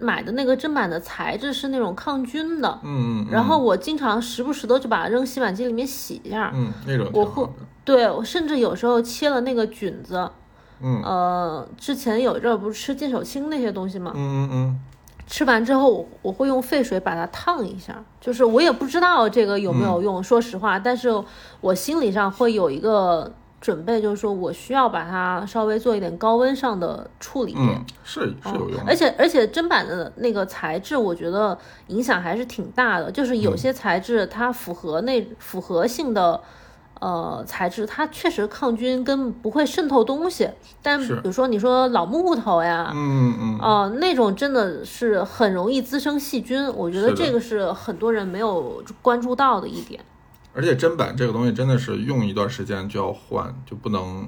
Speaker 2: 买的那个砧板的材质是那种抗菌的，
Speaker 1: 嗯嗯，
Speaker 2: 然后我经常时不时的就把它扔洗碗机里面洗一下。
Speaker 1: 嗯那种挺
Speaker 2: 我
Speaker 1: 好
Speaker 2: 会
Speaker 1: 的，
Speaker 2: 对我甚至有时候切了那个菌子，
Speaker 1: 嗯嗯
Speaker 2: 呃，之前有一阵儿不是吃见手青那些东西吗？
Speaker 1: 嗯嗯，
Speaker 2: 吃完之后我我会用沸水把它烫一下，就是我也不知道这个有没
Speaker 1: 嗯
Speaker 2: 有用，说实话，但是我心理上会有一个准备，就是说我需要把它稍微做一点高温上的处理。
Speaker 1: 嗯是是有用
Speaker 2: 而
Speaker 1: 的，
Speaker 2: 且而且砧板的那个材质，我觉得影响还是挺大的。就是有
Speaker 1: 嗯
Speaker 2: 些材质它符合那符合性的，呃，材质它确实抗菌跟不会渗透东西。但
Speaker 1: 是
Speaker 2: 比如说你说老木头呀，
Speaker 1: 嗯嗯嗯。
Speaker 2: 哦、那种真的是很容易滋生细菌，我觉得
Speaker 1: 是的
Speaker 2: 这个是很多人没有关注到的一点。
Speaker 1: 而且砧板这个东西真的是用一段时间就要换，就不能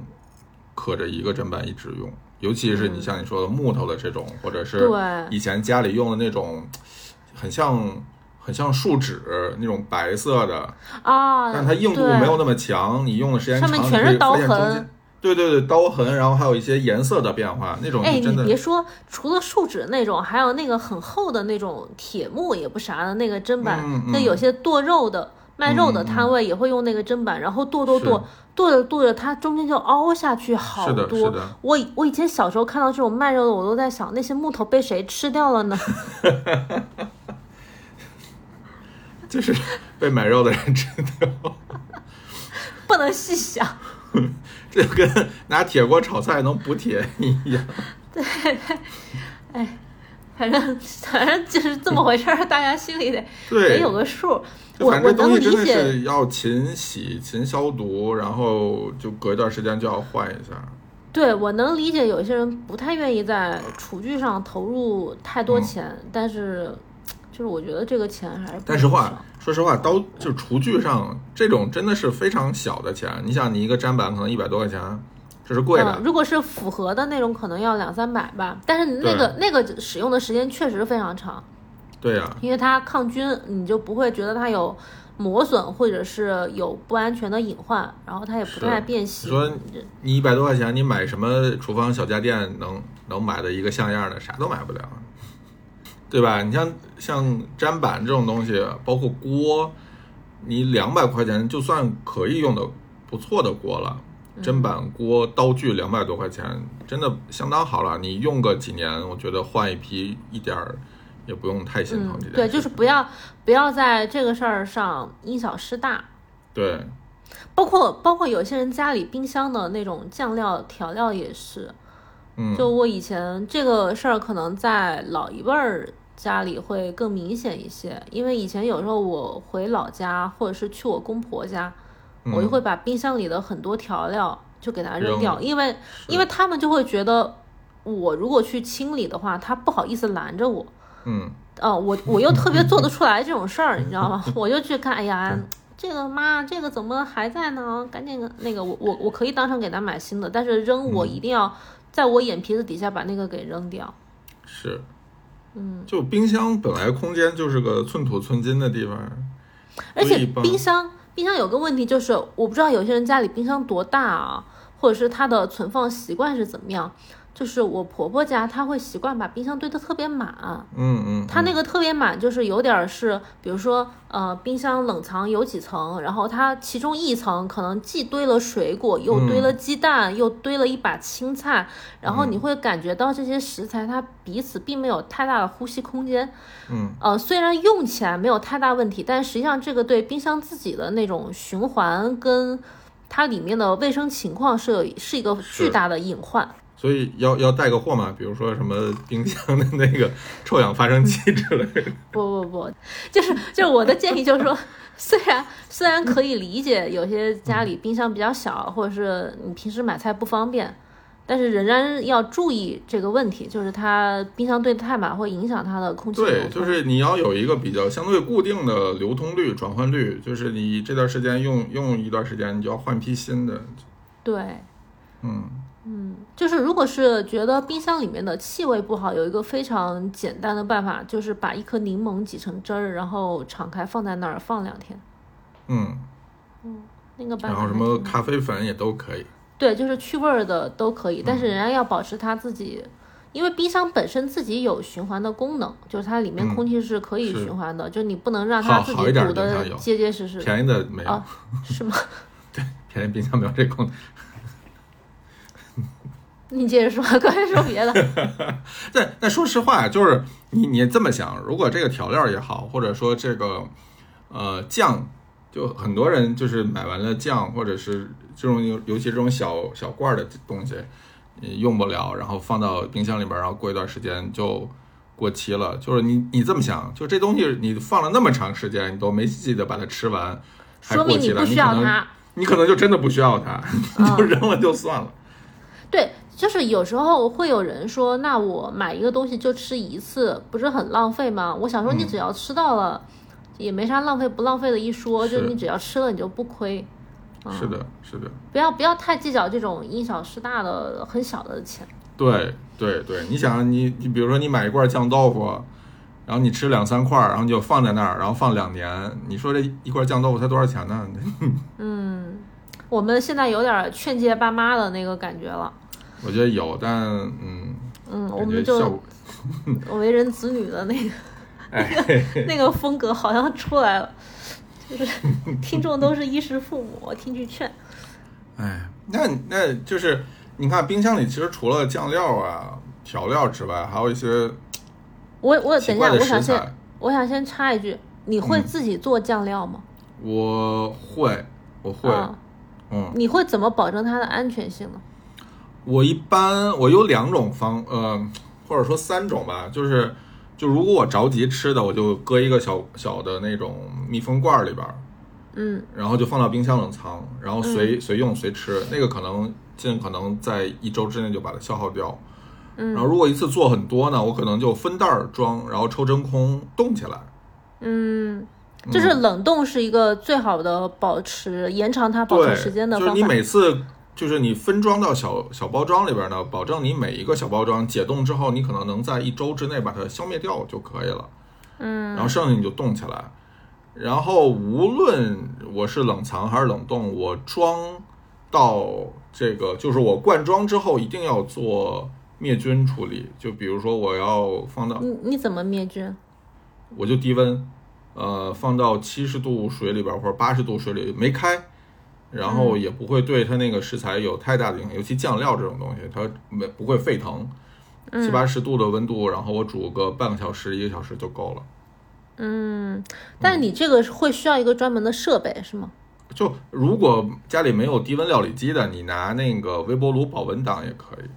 Speaker 1: 可着一个砧板一直用。尤其是你像你说的木头的这种，或者是
Speaker 2: 嗯对
Speaker 1: 以前家里用的那种，很像很像树脂那种白色的，
Speaker 2: 啊，
Speaker 1: 但它硬度
Speaker 2: 对
Speaker 1: 没有那么强，你用的时间
Speaker 2: 上
Speaker 1: 长，
Speaker 2: 面
Speaker 1: 你
Speaker 2: 全
Speaker 1: 会
Speaker 2: 是刀
Speaker 1: 发现中
Speaker 2: 痕
Speaker 1: 间。对对对，刀痕，然后还有一些颜色的变化，那种
Speaker 2: 哎，
Speaker 1: 就真
Speaker 2: 你
Speaker 1: 的
Speaker 2: 别说，除了树脂那种，还有那个很厚的那种铁幕也不啥的那个砧板
Speaker 1: 嗯，嗯
Speaker 2: 那、有些剁肉的、卖肉的
Speaker 1: 嗯嗯
Speaker 2: 摊位也会用那个砧板，然后剁剁
Speaker 1: 是
Speaker 2: 剁，剁着剁着它中间就凹下去好
Speaker 1: 是的，是
Speaker 2: 多。
Speaker 1: 的，
Speaker 2: 我以我以前小时候看到这种卖肉的，我都在想那些木头被谁吃掉了呢？
Speaker 1: 就是 被买肉的 人知道，
Speaker 2: 不能细想。
Speaker 1: 这就跟拿铁锅炒菜能补铁一样。
Speaker 2: 反正反正就是这么回事儿，大家心里得
Speaker 1: 对，
Speaker 2: 得有个数。
Speaker 1: 就
Speaker 2: 我
Speaker 1: 反
Speaker 2: 我
Speaker 1: 正这
Speaker 2: 能
Speaker 1: 东西
Speaker 2: 理
Speaker 1: 真的
Speaker 2: 解，
Speaker 1: 是要勤洗、勤消毒，然后就隔一段时间就要换一下。
Speaker 2: 对我能理解，
Speaker 1: 嗯
Speaker 2: 有些人不太愿意在厨具上投入太多钱，但是就是我觉得这个钱还是不
Speaker 1: 但实
Speaker 2: 少
Speaker 1: 话，说实话，刀就厨具上这种真的是非常小的钱。你想，你一个砧板可能一百多块钱，这是贵的
Speaker 2: 嗯。。如果是复合的那种，可能要两三百吧。但是那个那个使用的时间确实非常长，
Speaker 1: 对呀、
Speaker 2: 因为它抗菌，你就不会觉得它有磨损或者是有不安全的隐患，然后它也不
Speaker 1: 是
Speaker 2: 太变形。
Speaker 1: 你说你一百多块钱，你买什么厨房小家电能能买的一个像样的，啥都买不了，对吧？你像像砧板这种东西，包括锅，你两百块钱就算可以用的不错的锅了。
Speaker 2: 嗯
Speaker 1: 砧板、锅、刀具两百多块钱，真的相当好了。你用个几年，我觉得换一批一点儿也不用太心疼这件事。
Speaker 2: 嗯对，就是不要不要在这个事儿上因小失大。
Speaker 1: 对，
Speaker 2: 包括包括有些人家里冰箱的那种酱料调料也是，
Speaker 1: 嗯，
Speaker 2: 就我以前这个事儿，可能在老一辈儿家里会更明显一些，因为以前有时候我回老家或者是去我公婆家，
Speaker 1: 嗯
Speaker 2: 我就会把冰箱里的很多调料就给它扔
Speaker 1: 扔
Speaker 2: 掉，因为因为他们就会觉得我如果去清理的话，他不好意思拦着我，
Speaker 1: 嗯，
Speaker 2: 嗯，我我又特别做得出来这种事儿，你知道吗？ 我就去看，哎呀，这个妈，这个怎么还在呢？赶紧那个，我我我可以当场给他买新的，但是扔
Speaker 1: 嗯
Speaker 2: 我一定要在我眼皮子底下把那个给扔掉。
Speaker 1: 是，嗯，就冰箱本来空间就是个寸土寸金的地方，
Speaker 2: 而
Speaker 1: 所
Speaker 2: 且
Speaker 1: 以吧
Speaker 2: 冰箱冰箱有个问题就是，我不知道有些人家里冰箱多大啊，或者是他的存放习惯是怎么样。就是我婆婆家，她会习惯把冰箱堆得特别满，
Speaker 1: 嗯嗯，
Speaker 2: 它那
Speaker 1: 个
Speaker 2: 个特别满，就是有点儿是，比如说，呃，冰箱冷藏有几层，然后它其中一层可能既堆了水果，又堆
Speaker 1: 嗯
Speaker 2: 了鸡蛋，又堆了一把青菜，然后你会感觉到这些食材它彼此并没有太大的呼吸空间。
Speaker 1: 嗯，
Speaker 2: 呃，虽然用起来没有太大问题，但实际上这个对冰箱自己的那种循环跟它里面的卫生情况是有是一个巨
Speaker 1: 是
Speaker 2: 大的隐患。
Speaker 1: 所以要要带个货嘛，比如说什么冰箱的那个臭氧发生器之类的，
Speaker 2: 不不不，就是就是我的建议就是说，虽然虽然可以理解有些家里冰箱比较小，或者是你平时买菜不方便，但是仍然要注意这个问题，就是它冰箱堆得太满会影响它的空气流
Speaker 1: 对，嗯
Speaker 2: 通。
Speaker 1: 就是你要有一个比较相对固定的流通率、转换率，就是你这段时间用用一段时间，你就要换批新的，
Speaker 2: 对
Speaker 1: 嗯，
Speaker 2: 就是如果是觉得冰箱里面的气味不好，有一个非常简单的办法，就是把一颗柠檬挤成汁儿，然后敞开放在那儿放两天。
Speaker 1: 嗯，
Speaker 2: 那个办
Speaker 1: 然
Speaker 2: 法
Speaker 1: 后什
Speaker 2: 还
Speaker 1: 么
Speaker 2: 挺好
Speaker 1: 咖啡粉也都可以，
Speaker 2: 对，就是去味儿的都可以，但
Speaker 1: 嗯
Speaker 2: 是仍然要保持它自己，因为冰箱本身自己有循环的功能，就是它里面
Speaker 1: 嗯
Speaker 2: 空气是可以
Speaker 1: 是
Speaker 2: 循环的，就你不能让它
Speaker 1: 好
Speaker 2: 自
Speaker 1: 好
Speaker 2: 己
Speaker 1: 一点
Speaker 2: 堵
Speaker 1: 的冰
Speaker 2: 得
Speaker 1: 箱有
Speaker 2: 结结实实。
Speaker 1: 便宜的哦没有
Speaker 2: 啊，是吗？
Speaker 1: 便宜冰箱没有这功能。
Speaker 2: 你接着说，刚才说别的。
Speaker 1: 但但说实话，就是你你这么想，如果这个调料也好，或者说这个呃酱，就很多人就是买完了酱，或者是这种尤尤其这种小小罐儿的东西，你用不了，然后放到冰箱里边儿，然后过一段时间就过期了。就是你你这么想，就这东西你放了那么长时间，你都没记得把它吃完，还
Speaker 2: 说
Speaker 1: 过
Speaker 2: 明
Speaker 1: 期
Speaker 2: 你
Speaker 1: 了，
Speaker 2: 不
Speaker 1: 你
Speaker 2: 需
Speaker 1: 可
Speaker 2: 要
Speaker 1: 能
Speaker 2: 它。嗯
Speaker 1: 你可能就真的不需要它， 你就扔了就算了。
Speaker 2: 对，就是有时候会有人说，那我买一个东西就吃一次，不是很浪费吗？我想说，你
Speaker 1: 嗯
Speaker 2: 只要吃到了，也没啥浪费不浪费的一说，就是你只要吃了，你就不亏。嗯
Speaker 1: 是的，是的。
Speaker 2: 不要不要太计较这种因小失大的很小的钱。
Speaker 1: 对对对，你想你你比如说你买一罐酱豆腐，然后你吃两三块儿，然后你就放在那儿，然后放两年，你说这一罐酱豆腐才多少钱呢？
Speaker 2: 我们现在有点劝诫爸妈的那个感觉了。
Speaker 1: 我觉得有，但嗯，
Speaker 2: 嗯，我
Speaker 1: 感觉
Speaker 2: 们
Speaker 1: 效
Speaker 2: 就
Speaker 1: 果，
Speaker 2: 为人子女的那个
Speaker 1: 哎，
Speaker 2: 那个风格好像出来了，就是 听众都是衣食父母，听去劝。
Speaker 1: 哎，那那就是你看冰箱里其实除了酱料啊、调料之外，还有一些
Speaker 2: 我我
Speaker 1: 奇
Speaker 2: 呃等一
Speaker 1: 怪
Speaker 2: 下，
Speaker 1: 的
Speaker 2: 我
Speaker 1: 食材
Speaker 2: 想先。我想先插一句，你会
Speaker 1: 嗯
Speaker 2: 自己做酱料吗？
Speaker 1: 我会，我会，
Speaker 2: 啊
Speaker 1: 嗯，
Speaker 2: 你会怎么保证它的安全性呢？
Speaker 1: 我一般我有两种方，呃，或者说三种吧，就是就如果我着急吃的，我就搁一个小小的那种密封罐儿里边儿，
Speaker 2: 嗯，
Speaker 1: 然后就放到冰箱冷藏，然后随、随用随吃，那个可能尽可能在一周之内就把它消耗掉。然后如果一次做很多呢，我可能就分袋儿装，然后抽真空冻起来。
Speaker 2: 嗯，就是冷冻是一个最好的保持延长它保
Speaker 1: 对，
Speaker 2: 存时间的
Speaker 1: 就是
Speaker 2: 方
Speaker 1: 你
Speaker 2: 法。
Speaker 1: 每次就是你分装到小小包装里边呢，保证你每一个小包装解冻之后，你可能能在一周之内把它消灭掉就可以了。
Speaker 2: 嗯，
Speaker 1: 然后剩下你就冻起来。然后无论我是冷藏还是冷冻，我装到这个就是我灌装之后一定要做灭菌处理。就比如说我要放到，
Speaker 2: 你你怎么灭菌？
Speaker 1: 我就低温，呃，放到七十度水里边或者八十度水里没开，然后也不会对它那个食材有太大的影响，尤其酱料这种东西，它没不会沸腾。七八十度的温度，然后我煮个半个小时、一个小时就够了。
Speaker 2: 嗯，但是你这个是会需要一个专门的设备是吗？
Speaker 1: 就如果家里没有低温料理机的，你拿那个微波炉保温档也可以。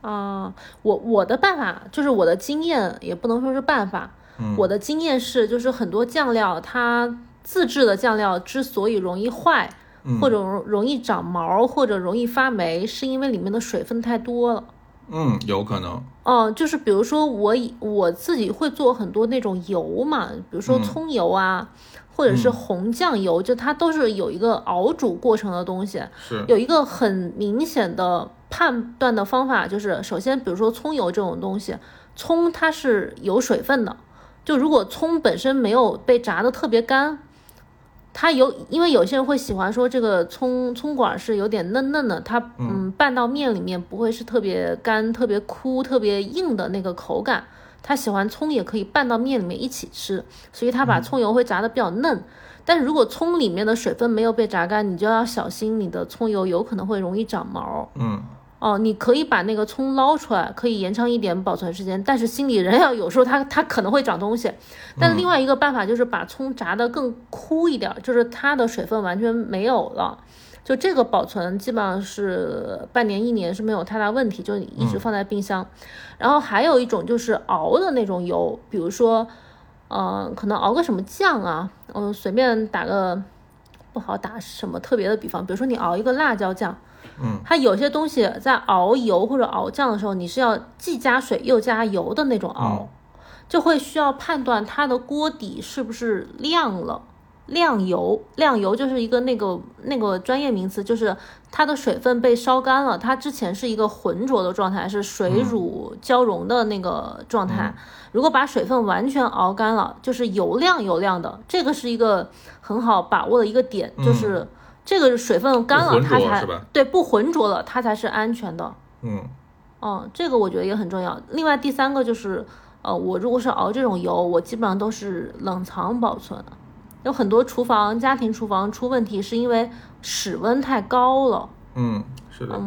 Speaker 2: 啊、我我的办法就是我的经验，也不能说是办法，
Speaker 1: 嗯
Speaker 2: 我的经验是，就是很多酱料它自制的酱料之所以容易坏，
Speaker 1: 嗯
Speaker 2: 或者容容易长毛，或者容易发霉，是因为里面的水分太多了。
Speaker 1: 嗯，有可能。
Speaker 2: 哦，就是比如说我以我自己会做很多那种油嘛，比如说
Speaker 1: 嗯
Speaker 2: 葱油啊，或者是红酱油，就它都是有一个熬煮过程的东西。
Speaker 1: 是，
Speaker 2: 有一个很明显的判断的方法，就是首先，比如说葱油这种东西，葱它是有水分的，就如果葱本身没有被炸的特别干，它有，因为有些人会喜欢说这个葱葱管儿是有点嫩嫩的，它嗯拌到面里面不会是特别干、特别枯、特别硬的那个口感。他喜欢葱也可以拌到面里面一起吃，所以他把葱油会炸的比较嫩。但是如果葱里面的水分没有被榨干，你就要小心你的葱油有可能会容易长毛。
Speaker 1: 嗯，
Speaker 2: 哦，你可以把那个葱捞出来，可以延长一点保存时间，但是心里仍要有时候它 它可能会长东西。但是另外一个办法就是把葱炸得更枯一点儿，就是它的水分完全没有了。就这个保存基本上是半年一年是没有太大问题，就一直放在冰箱。然后还有一种就是熬的那种油，比如说，呃，可能熬个什么酱啊，嗯、随便打个不好打什么特别的比方，比如说你熬一个辣椒酱，
Speaker 1: 嗯，
Speaker 2: 它有些东西在熬油或者熬酱的时候，你是要既加水又加油的那种熬，就会需要判断它的锅底是不是亮了。亮油，亮油就是一个那个那个专业名词，就是它的水分被烧干了，它之前是一个浑浊的状态，是水乳交融的那个状态。如果把水分完全熬干了，就是油亮油亮的，这个是一个很好把握的一个点，就是这个水分干了，
Speaker 1: 不浑
Speaker 2: 它
Speaker 1: 浊
Speaker 2: 才
Speaker 1: 是吧
Speaker 2: 对不浑浊了，它才是安全的。
Speaker 1: 嗯，
Speaker 2: 嗯，这个我觉得也很重要。另外第三个就是，呃，我如果是熬这种油，我基本上都是冷藏保存。有很多厨房、家庭厨房出问题是因为室温太高了。
Speaker 1: 嗯，是的，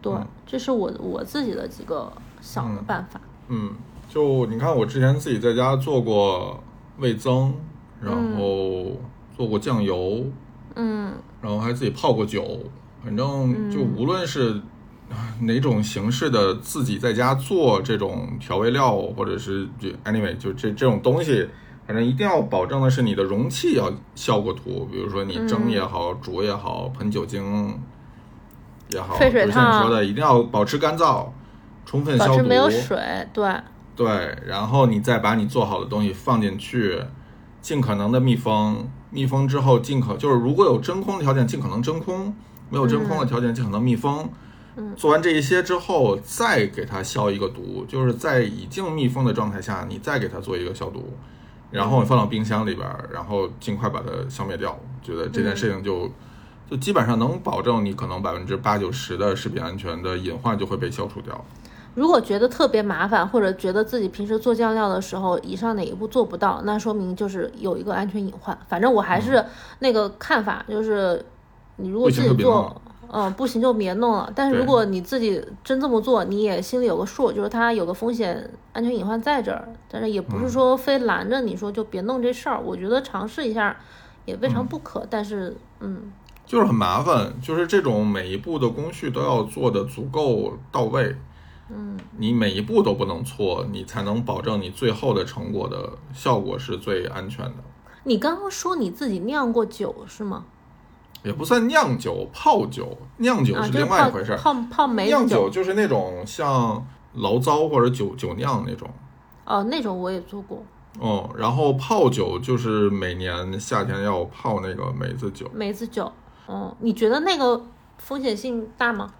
Speaker 2: 对，
Speaker 1: 嗯
Speaker 2: 这是我我自己的几个小的办法。
Speaker 1: 嗯，就你看，我之前自己在家做过味增，然后做过酱油，
Speaker 2: 嗯
Speaker 1: 然后还自己泡过酒，反正就无论是哪种形式的自己在家做这种调味料，或者是就 anyway 就这这种东西，反正一定要保证的是你的容器要效果图，比如说你蒸也好，煮也好，喷酒精也好，
Speaker 2: 沸水
Speaker 1: 就像你
Speaker 2: 烫
Speaker 1: 说的，一定要保持干燥，充分嗯消
Speaker 2: 保
Speaker 1: 毒，
Speaker 2: 持没有水，对，
Speaker 1: 对，然后你再把你做好的东西放进去，尽可能的密封。密封之后，尽可就是如果有真空的条件，尽可能真空；没有真
Speaker 2: 嗯
Speaker 1: 空的条件，尽可能密封。嗯，做完这一些之后，再给它消一个毒，就是在已经密封的状态下，你再给它做一个消毒，然
Speaker 2: 嗯
Speaker 1: 后你放到冰箱里边儿，然后尽快把它消灭掉。觉得这件
Speaker 2: 嗯
Speaker 1: 事情就、就基本上能保证你可能百分之八九十的食品安全的隐患就会被消除掉。
Speaker 2: 如果觉得特别麻烦，或者觉得自己平时做酱料的时候，以上哪一步做不到，那说明就是有一个安全隐患。反正我还是那个看法，就是你如果
Speaker 1: 嗯不行
Speaker 2: 自己
Speaker 1: 就别弄
Speaker 2: 做
Speaker 1: 了，
Speaker 2: 嗯，不行就别弄了。但是
Speaker 1: 对
Speaker 2: 如果你自己真这么做，你也心里有个数，就是它有个风险安全隐患在这儿，但是也不
Speaker 1: 嗯
Speaker 2: 是说非拦着你说就别弄这事儿。我觉得尝试一下也未尝不可，但是嗯，
Speaker 1: 就是很麻烦，就是这种每一步的工序都要做的足够到位，嗯，你每一步都不能错，你才能保证你最后的成果的效果是最安全的。
Speaker 2: 你刚刚说你自己酿过酒是吗？
Speaker 1: 也不算酿酒，泡酒，酿酒
Speaker 2: 啊，
Speaker 1: 是
Speaker 2: 就是
Speaker 1: 另外
Speaker 2: 泡
Speaker 1: 一回事儿。
Speaker 2: 泡泡梅
Speaker 1: 酿
Speaker 2: 子酒
Speaker 1: 酒就是那种像醪糟或者酒酒酿那种。
Speaker 2: 呃，那种我也做过
Speaker 1: 哦，然后泡酒就是每年夏天要泡那个梅子酒，
Speaker 2: 梅子酒。嗯，你觉得那个风险性大吗？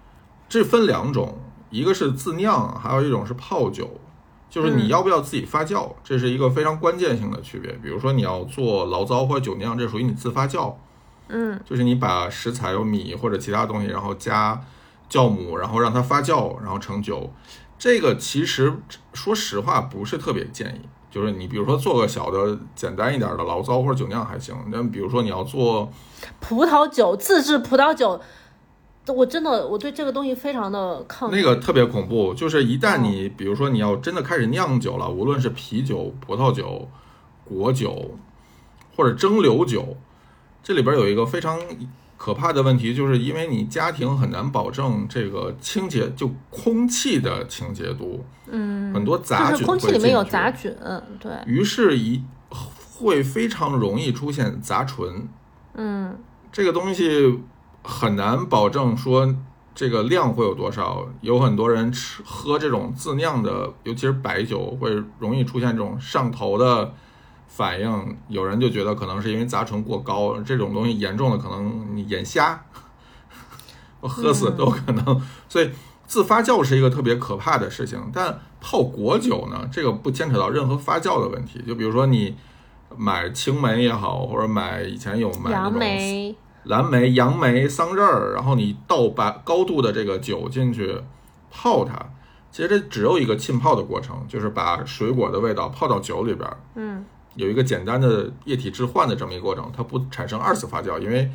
Speaker 1: 这分两种，一个是自酿，还有一种是泡酒，就是你要不要自己发酵，这是一个非常关键性的区别。比如说你要做醪糟或者酒酿，这属于你自发酵，
Speaker 2: 嗯
Speaker 1: 就是你把食材有米或者其他东西，然后加酵母，然后让它发酵，然后成酒。这个其实说实话不是特别建议，就是你比如说做个小的简单一点的醪糟或者酒酿还行，但比如说你要做，
Speaker 2: 葡萄酒自制葡萄酒，我真的我对这个东西非常的抗拒。
Speaker 1: 那个特别恐怖，就是一旦你比如说你要真的开始酿酒了，无论是啤酒、葡萄酒、果酒或者蒸馏酒，这里边有一个非常可怕的问题，就是因为你家庭很难保证这个清洁，就空气的清洁度，嗯，很多杂菌
Speaker 2: 就是
Speaker 1: 会
Speaker 2: 空气里面有
Speaker 1: 进去
Speaker 2: 杂菌，嗯对，
Speaker 1: 于是一会非常容易出现杂醇。
Speaker 2: 嗯
Speaker 1: 这个东西很难保证说这个量会有多少。有很多人吃喝这种自酿的，尤其是白酒，会容易出现这种上头的反应。有人就觉得可能是因为杂醇过高，这种东西严重的可能你眼瞎，喝
Speaker 2: 嗯
Speaker 1: 死都有可能。所以自发酵是一个特别可怕的事情。但泡果酒呢，这个不牵扯到任何发酵的问题。就比如说你。买青梅也好，或者买以前有买那
Speaker 2: 杨
Speaker 1: 种
Speaker 2: 梅，
Speaker 1: 蓝莓、杨梅、桑葚儿，然后你倒把高度的这个酒进去泡它。其实这只有一个浸泡的过程，就是把水果的味道泡到酒里边儿，
Speaker 2: 嗯
Speaker 1: 有一个简单的液体置换的这么一个过程，它不产生二次发酵，因为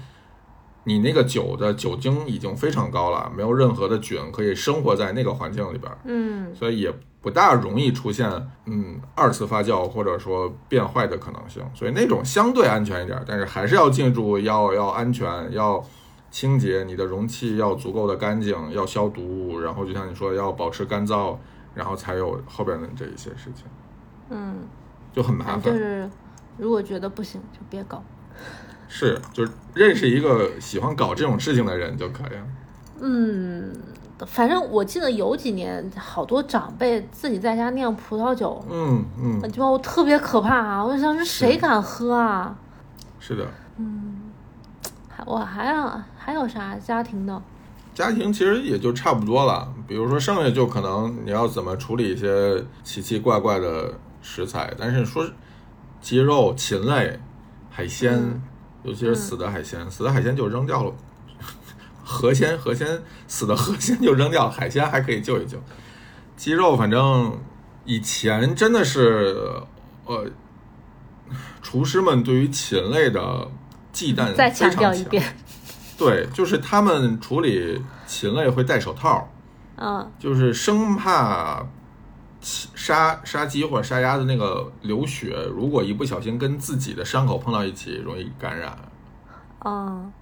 Speaker 1: 你那个酒的酒精已经非常高了，没有任何的菌可以生活在那个环境里边儿，
Speaker 2: 嗯
Speaker 1: 所以也不大容易出现嗯二次发酵或者说变坏的可能性，所以那种相对安全一点，但是还是要记住要要安全，要清洁你的容器要足够的干净，要消毒，然后就像你说的要保持干燥，然后才有后边的这一些事情，
Speaker 2: 嗯，
Speaker 1: 就很
Speaker 2: 反
Speaker 1: 麻
Speaker 2: 正就
Speaker 1: 烦。
Speaker 2: 是如果觉得不行就别搞。
Speaker 1: 是，就是认识一个喜欢搞这种事情的人就可以了。
Speaker 2: 嗯，反正我记得有几年，好多长辈自己在家酿葡萄酒，
Speaker 1: 嗯嗯，
Speaker 2: 就把我特别可怕啊！我就想，这谁敢喝啊？
Speaker 1: 是的。
Speaker 2: 嗯，还我还想还有啥家庭的？
Speaker 1: 家庭其实也就差不多了，比如说剩下就可能你要怎么处理一些奇奇怪怪的食材，但是说鸡肉、禽类、海鲜，
Speaker 2: 嗯
Speaker 1: 尤其是死的海鲜，死的海鲜就扔掉了， 河鲜、河鲜死的河鲜就扔掉了，海鲜还可以救一救，鸡肉反正以前真的是呃，厨师们对于禽类的忌惮
Speaker 2: 再
Speaker 1: 嗯非常
Speaker 2: 强调一
Speaker 1: 强
Speaker 2: 遍，
Speaker 1: 对，就是他们处理禽类会戴手套，
Speaker 2: 嗯
Speaker 1: 就是生怕禽杀杀鸡或者杀鸭的那个流血，如果一不小心跟自己的伤口碰到一起，容易感染。
Speaker 2: 嗯，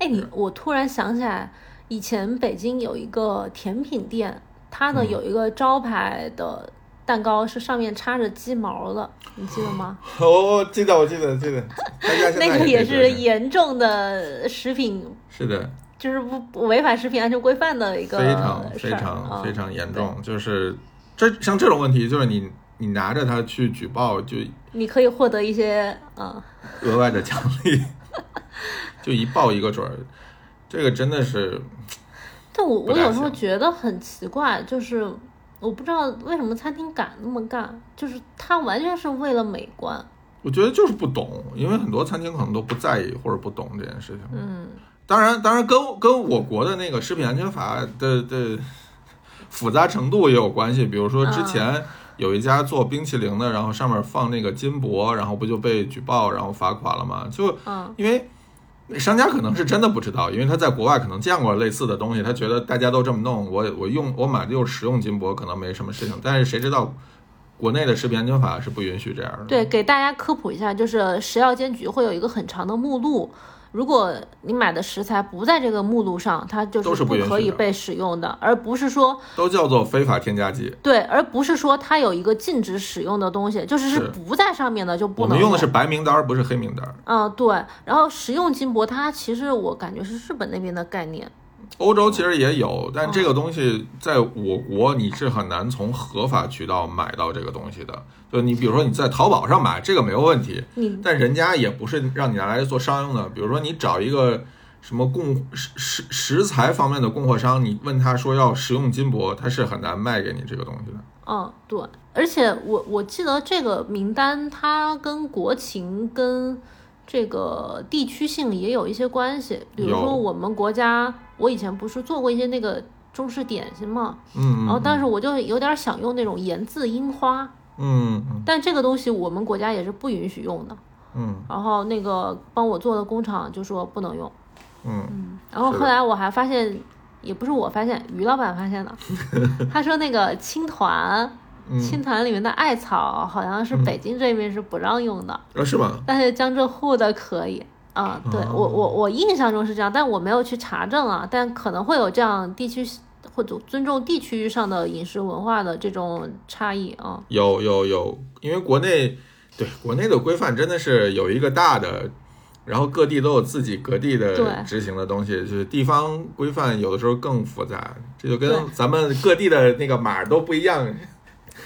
Speaker 2: 哎，你我突然想起来，以前北京有一个甜品店，它呢
Speaker 1: 嗯
Speaker 2: 有一个招牌的蛋糕是上面插着鸡毛的，你记得吗？
Speaker 1: 哦，记得，我记得，记得。大家现在
Speaker 2: 那个
Speaker 1: 哎也
Speaker 2: 也
Speaker 1: 可以
Speaker 2: 是
Speaker 1: 这样
Speaker 2: 严重的食品，
Speaker 1: 是的，
Speaker 2: 就是不不违反食品安全规范的一个
Speaker 1: 非常非
Speaker 2: 事儿
Speaker 1: 常非
Speaker 2: 嗯
Speaker 1: 常严重。就是啊这像这种问题，就是你你拿着它去举报，就
Speaker 2: 你可以获得一些嗯
Speaker 1: 额外的奖励，就一报一个准儿。这个真的是
Speaker 2: 但我
Speaker 1: 不
Speaker 2: 我
Speaker 1: 大
Speaker 2: 有时候
Speaker 1: 行
Speaker 2: 觉得很奇怪，就是我不知道为什么餐厅敢那么干，就是它完全是为了美观。
Speaker 1: 我觉得就是不懂，因为很多餐厅可能都不在意或者不懂这件事情。
Speaker 2: 嗯，
Speaker 1: 当然，当然跟跟我国的那个食品安全法的的复杂程度也有关系。比如说之前有一家做冰淇淋的，然后上面放那个金箔，然后不就被举报，然后罚款了吗？就
Speaker 2: 嗯
Speaker 1: 因为商家可能是真的不知道，因为他在国外可能见过类似的东西，他觉得大家都这么弄，我我用我买的又是食用金箔，可能没什么事情。但是谁知道国内的食品安全法是不允许这样的。
Speaker 2: 对，给大家科普一下，就是食药监局会有一个很长的目录，如果你买的食材不在这个目录上，它就
Speaker 1: 都是不
Speaker 2: 不
Speaker 1: 允
Speaker 2: 可
Speaker 1: 许
Speaker 2: 以
Speaker 1: 的
Speaker 2: 被使用的，而不是说
Speaker 1: 都叫做非法添加剂。
Speaker 2: 对，而不是说它有一个禁止使用的东西，就是是
Speaker 1: 是
Speaker 2: 不在上面的就不
Speaker 1: 我
Speaker 2: 能。
Speaker 1: 们用的是白名单儿，不是黑名单儿。
Speaker 2: 嗯，对。然后食用金箔，它其实我感觉是日本那边的概念，
Speaker 1: 欧洲其实也有，但这个东西在我国你是很难从合法渠道买到这个东西的。就你比如说你在淘宝上买这个没有问题，
Speaker 2: 你
Speaker 1: 但人家也不是让你拿来做商用的。比如说你找一个什么供食食食材方面的供货商，你问他说要食用金箔，他是很难卖给你这个东西的。
Speaker 2: 嗯，对，而且我我记得这个名单它跟国情跟这个地区性也有一些关系，比如
Speaker 1: 有
Speaker 2: 说我们国家，我以前不是做过一些那个中式点心嘛，
Speaker 1: 嗯，
Speaker 2: 然后但
Speaker 1: 是
Speaker 2: 是我就有点想用那种盐渍樱花，
Speaker 1: 嗯嗯
Speaker 2: 但这个东西我们国家也是不允许用的，
Speaker 1: 嗯
Speaker 2: 然后那个帮我做的工厂就说不能用，
Speaker 1: 嗯
Speaker 2: 然后
Speaker 1: 是
Speaker 2: 后来我还发现，也不是我发现，于老板 发现的，他说那个青团。
Speaker 1: 嗯，
Speaker 2: 青团里面的艾草好像是北京这边是不让用的，
Speaker 1: 啊是吧？
Speaker 2: 但是江浙沪的可以。啊、对
Speaker 1: 哦
Speaker 2: 我我我印象中是这样，但我没有去查证啊，但可能会有这样地区或者尊重地区上的饮食文化的这种差异啊。
Speaker 1: 有有有，因为国内对国内的规范真的是有一个大的，然后各地都有自己各地的
Speaker 2: 对
Speaker 1: 执行的东西，就是地方规范有的时候更复杂，这就跟
Speaker 2: 对
Speaker 1: 咱们各地的那个码儿都不一样。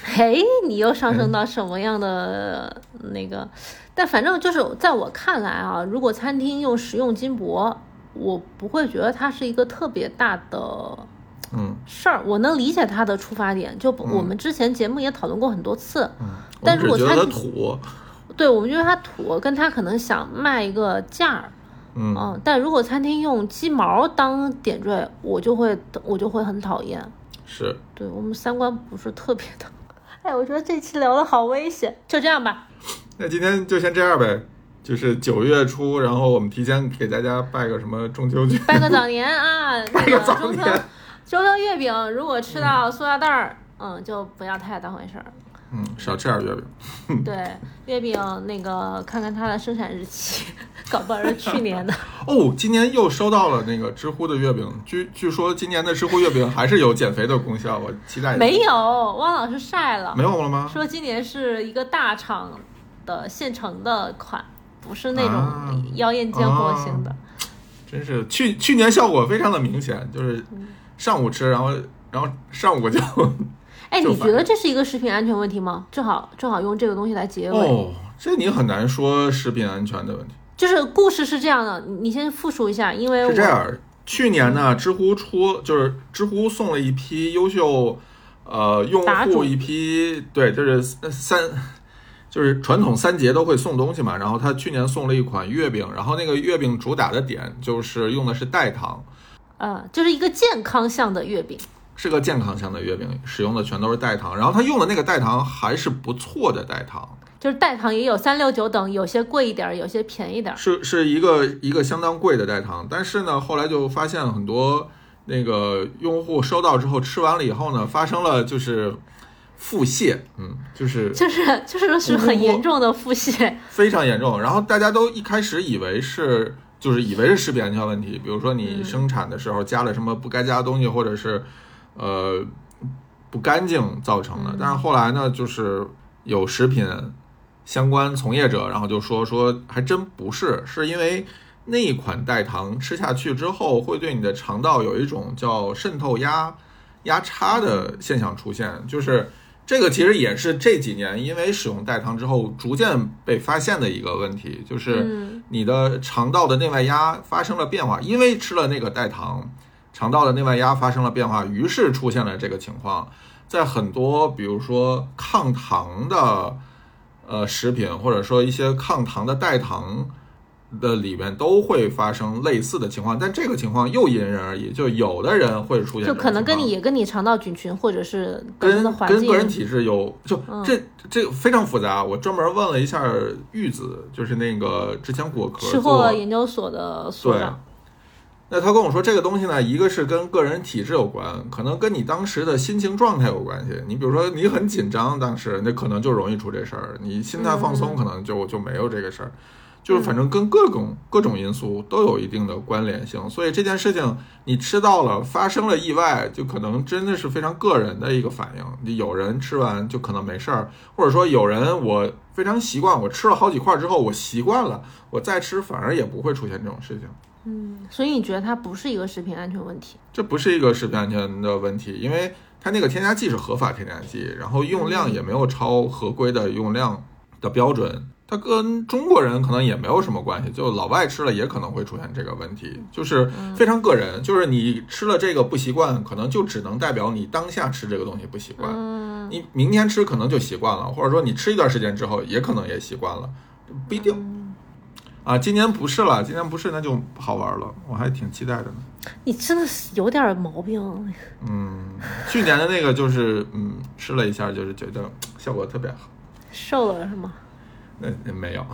Speaker 2: 嘿，你又上
Speaker 1: 嗯
Speaker 2: 升到什么样的那个？但反正就是在我看来啊，如果餐厅用食用金箔，我不会觉得它是一个特别大的
Speaker 1: 嗯，
Speaker 2: 事儿，我能理解他的出发点。就不
Speaker 1: 嗯
Speaker 2: 我们之前节目也讨论过很多次，
Speaker 1: 我
Speaker 2: 但
Speaker 1: 们
Speaker 2: 是
Speaker 1: 只
Speaker 2: 我
Speaker 1: 觉得它
Speaker 2: 餐厅
Speaker 1: 土。
Speaker 2: 对我们觉得他土，跟他可能想卖一个价儿，
Speaker 1: 嗯
Speaker 2: 嗯。但如果餐厅用鸡毛当点缀，我就会我就会很讨厌。
Speaker 1: 是，
Speaker 2: 对我们三观不是特别的。 哎，我觉得这期聊的好危险，就这样吧。
Speaker 1: 那今天就先这样呗。就是九月初，然后我们提前给大家拜个什么中秋节，
Speaker 2: 拜个早 年啊，那
Speaker 1: 个
Speaker 2: 个
Speaker 1: 早
Speaker 2: 中秋
Speaker 1: 年
Speaker 2: 中秋月饼，如果吃到塑料袋儿，嗯，就不要太当回事儿。
Speaker 1: 嗯，少吃点月饼。
Speaker 2: 对，月饼那个看看它的生产日期， 搞不好是去 年的。
Speaker 1: 哦，今年又收到了那个知乎的月饼，据据说今年的知乎月饼还是有减肥的功效，我期待一下。
Speaker 2: 没有，汪老师晒了，
Speaker 1: 没有了吗？
Speaker 2: 说今年是一个大厂的现成的款，不是那
Speaker 1: 啊哦
Speaker 2: 种妖艳贱货型的。
Speaker 1: 真是去去年效果非常的明显，就是
Speaker 2: 嗯
Speaker 1: 上午吃，然后然后上午就
Speaker 2: 哎、
Speaker 1: 就
Speaker 2: 你
Speaker 1: 反
Speaker 2: 觉得这是一个食品安全问题吗？正好正好用这个东西来结尾。
Speaker 1: 哦，这你很难说食品安全的问题。
Speaker 2: 就是故事是这样的，你你先复述一下，因为我
Speaker 1: 是这样，去年呢，知乎出就是知乎送了一批优秀呃用
Speaker 2: 答
Speaker 1: 户
Speaker 2: 主
Speaker 1: 一批，对，就是三。就是传统三节都会送东西嘛，然后他去年送了一款月饼，然后那个月饼主打的点就是用的是代糖，
Speaker 2: 呃，就是一个健康向的月饼，
Speaker 1: 是个健康向的月饼，使用的全都是代糖。然后他用的那个代糖还是不错的代糖，
Speaker 2: 就是代糖也有三六九等，有些贵一点儿，有些便宜点儿。
Speaker 1: 是是一个一个相当贵的代糖。但是呢，后来就发现很多那个用户收到之后吃完了以后呢，发生了就是腹泻，嗯，就是
Speaker 2: 就是就是是很严重的腹泻，
Speaker 1: 非常严重。然后大家都一开始以为是。就是以为是食品安全问题，比如说你生产的时候加了什么不该加的东西，或者是，呃，不干净造成的。但是后来呢，就是有食品相关从业者，然后就说说还真不是，是因为那一款代糖吃下去之后，会对你的肠道有一种叫渗透压压差的现象出现，就是。这个其实也是这几年因为使用代糖之后逐渐被发现的一个问题，就是
Speaker 2: 嗯
Speaker 1: 你的肠道的内外压发生了变化，因为吃了那个代糖，肠道的内外压发生了变化，于是出现了这个情况。在很多比如说抗糖的呃食品，或者说一些抗糖的代糖的里面，都会发生类似的情况，但这个情况又因人而异，就有的人会出现这
Speaker 2: 就
Speaker 1: 种
Speaker 2: 可能
Speaker 1: 情
Speaker 2: 跟
Speaker 1: 况
Speaker 2: 你也跟你肠道菌群或者是本身
Speaker 1: 跟
Speaker 2: 的环
Speaker 1: 跟
Speaker 2: 境
Speaker 1: 个人体质有，就
Speaker 2: 嗯
Speaker 1: 这这非常复杂。我专门问了一下玉子，就是那个之前果壳
Speaker 2: 吃
Speaker 1: 做
Speaker 2: 货研究所的所长，
Speaker 1: 那他跟我说，这个东西呢，一个是跟个人体质有关，可能跟你当时的心情状态有关系。你比如说，你很紧张，当时那可能就容易出这事儿；你心态放松，可能就就没有这个事儿。就是反正跟各种各种因素都有一定的关联性，所以这件事情你吃到了，发生了意外，就可能真的是非常个人的一个反应。你有人吃完就可能没事儿，或者说有人我非常习惯，我吃了好几块之后我习惯了，我再吃反而也不会出现这种事情。
Speaker 2: 嗯，所以你觉得它不是一个食品安全问题？
Speaker 1: 这不是一个食品安全的问题，因为它那个添加剂是合法添加剂，然后用量也没有超合规的用量的标准，它跟中国人可能也没有什么关系，就老外吃了也可能会出现这个问题，就是非常个人，就是你吃了这个不习惯，可能就只能代表你当下吃这个东西不习惯，
Speaker 2: 嗯，
Speaker 1: 你明天吃可能就习惯了，或者说你吃一段时间之后也可能也习惯了，不一定啊。今年不是了，今年不是那就不好玩了，我还挺期待的呢。
Speaker 2: 你真的是有点毛病。
Speaker 1: 嗯，去年的那个就是，嗯，试了一下，就是觉得效果特别好。
Speaker 2: 瘦了是吗？
Speaker 1: 那、那没有，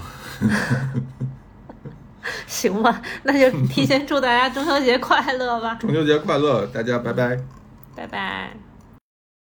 Speaker 2: 行吧，那就提前祝大家中秋节快乐吧，
Speaker 1: 中秋节快乐，大家拜拜。
Speaker 2: 拜拜。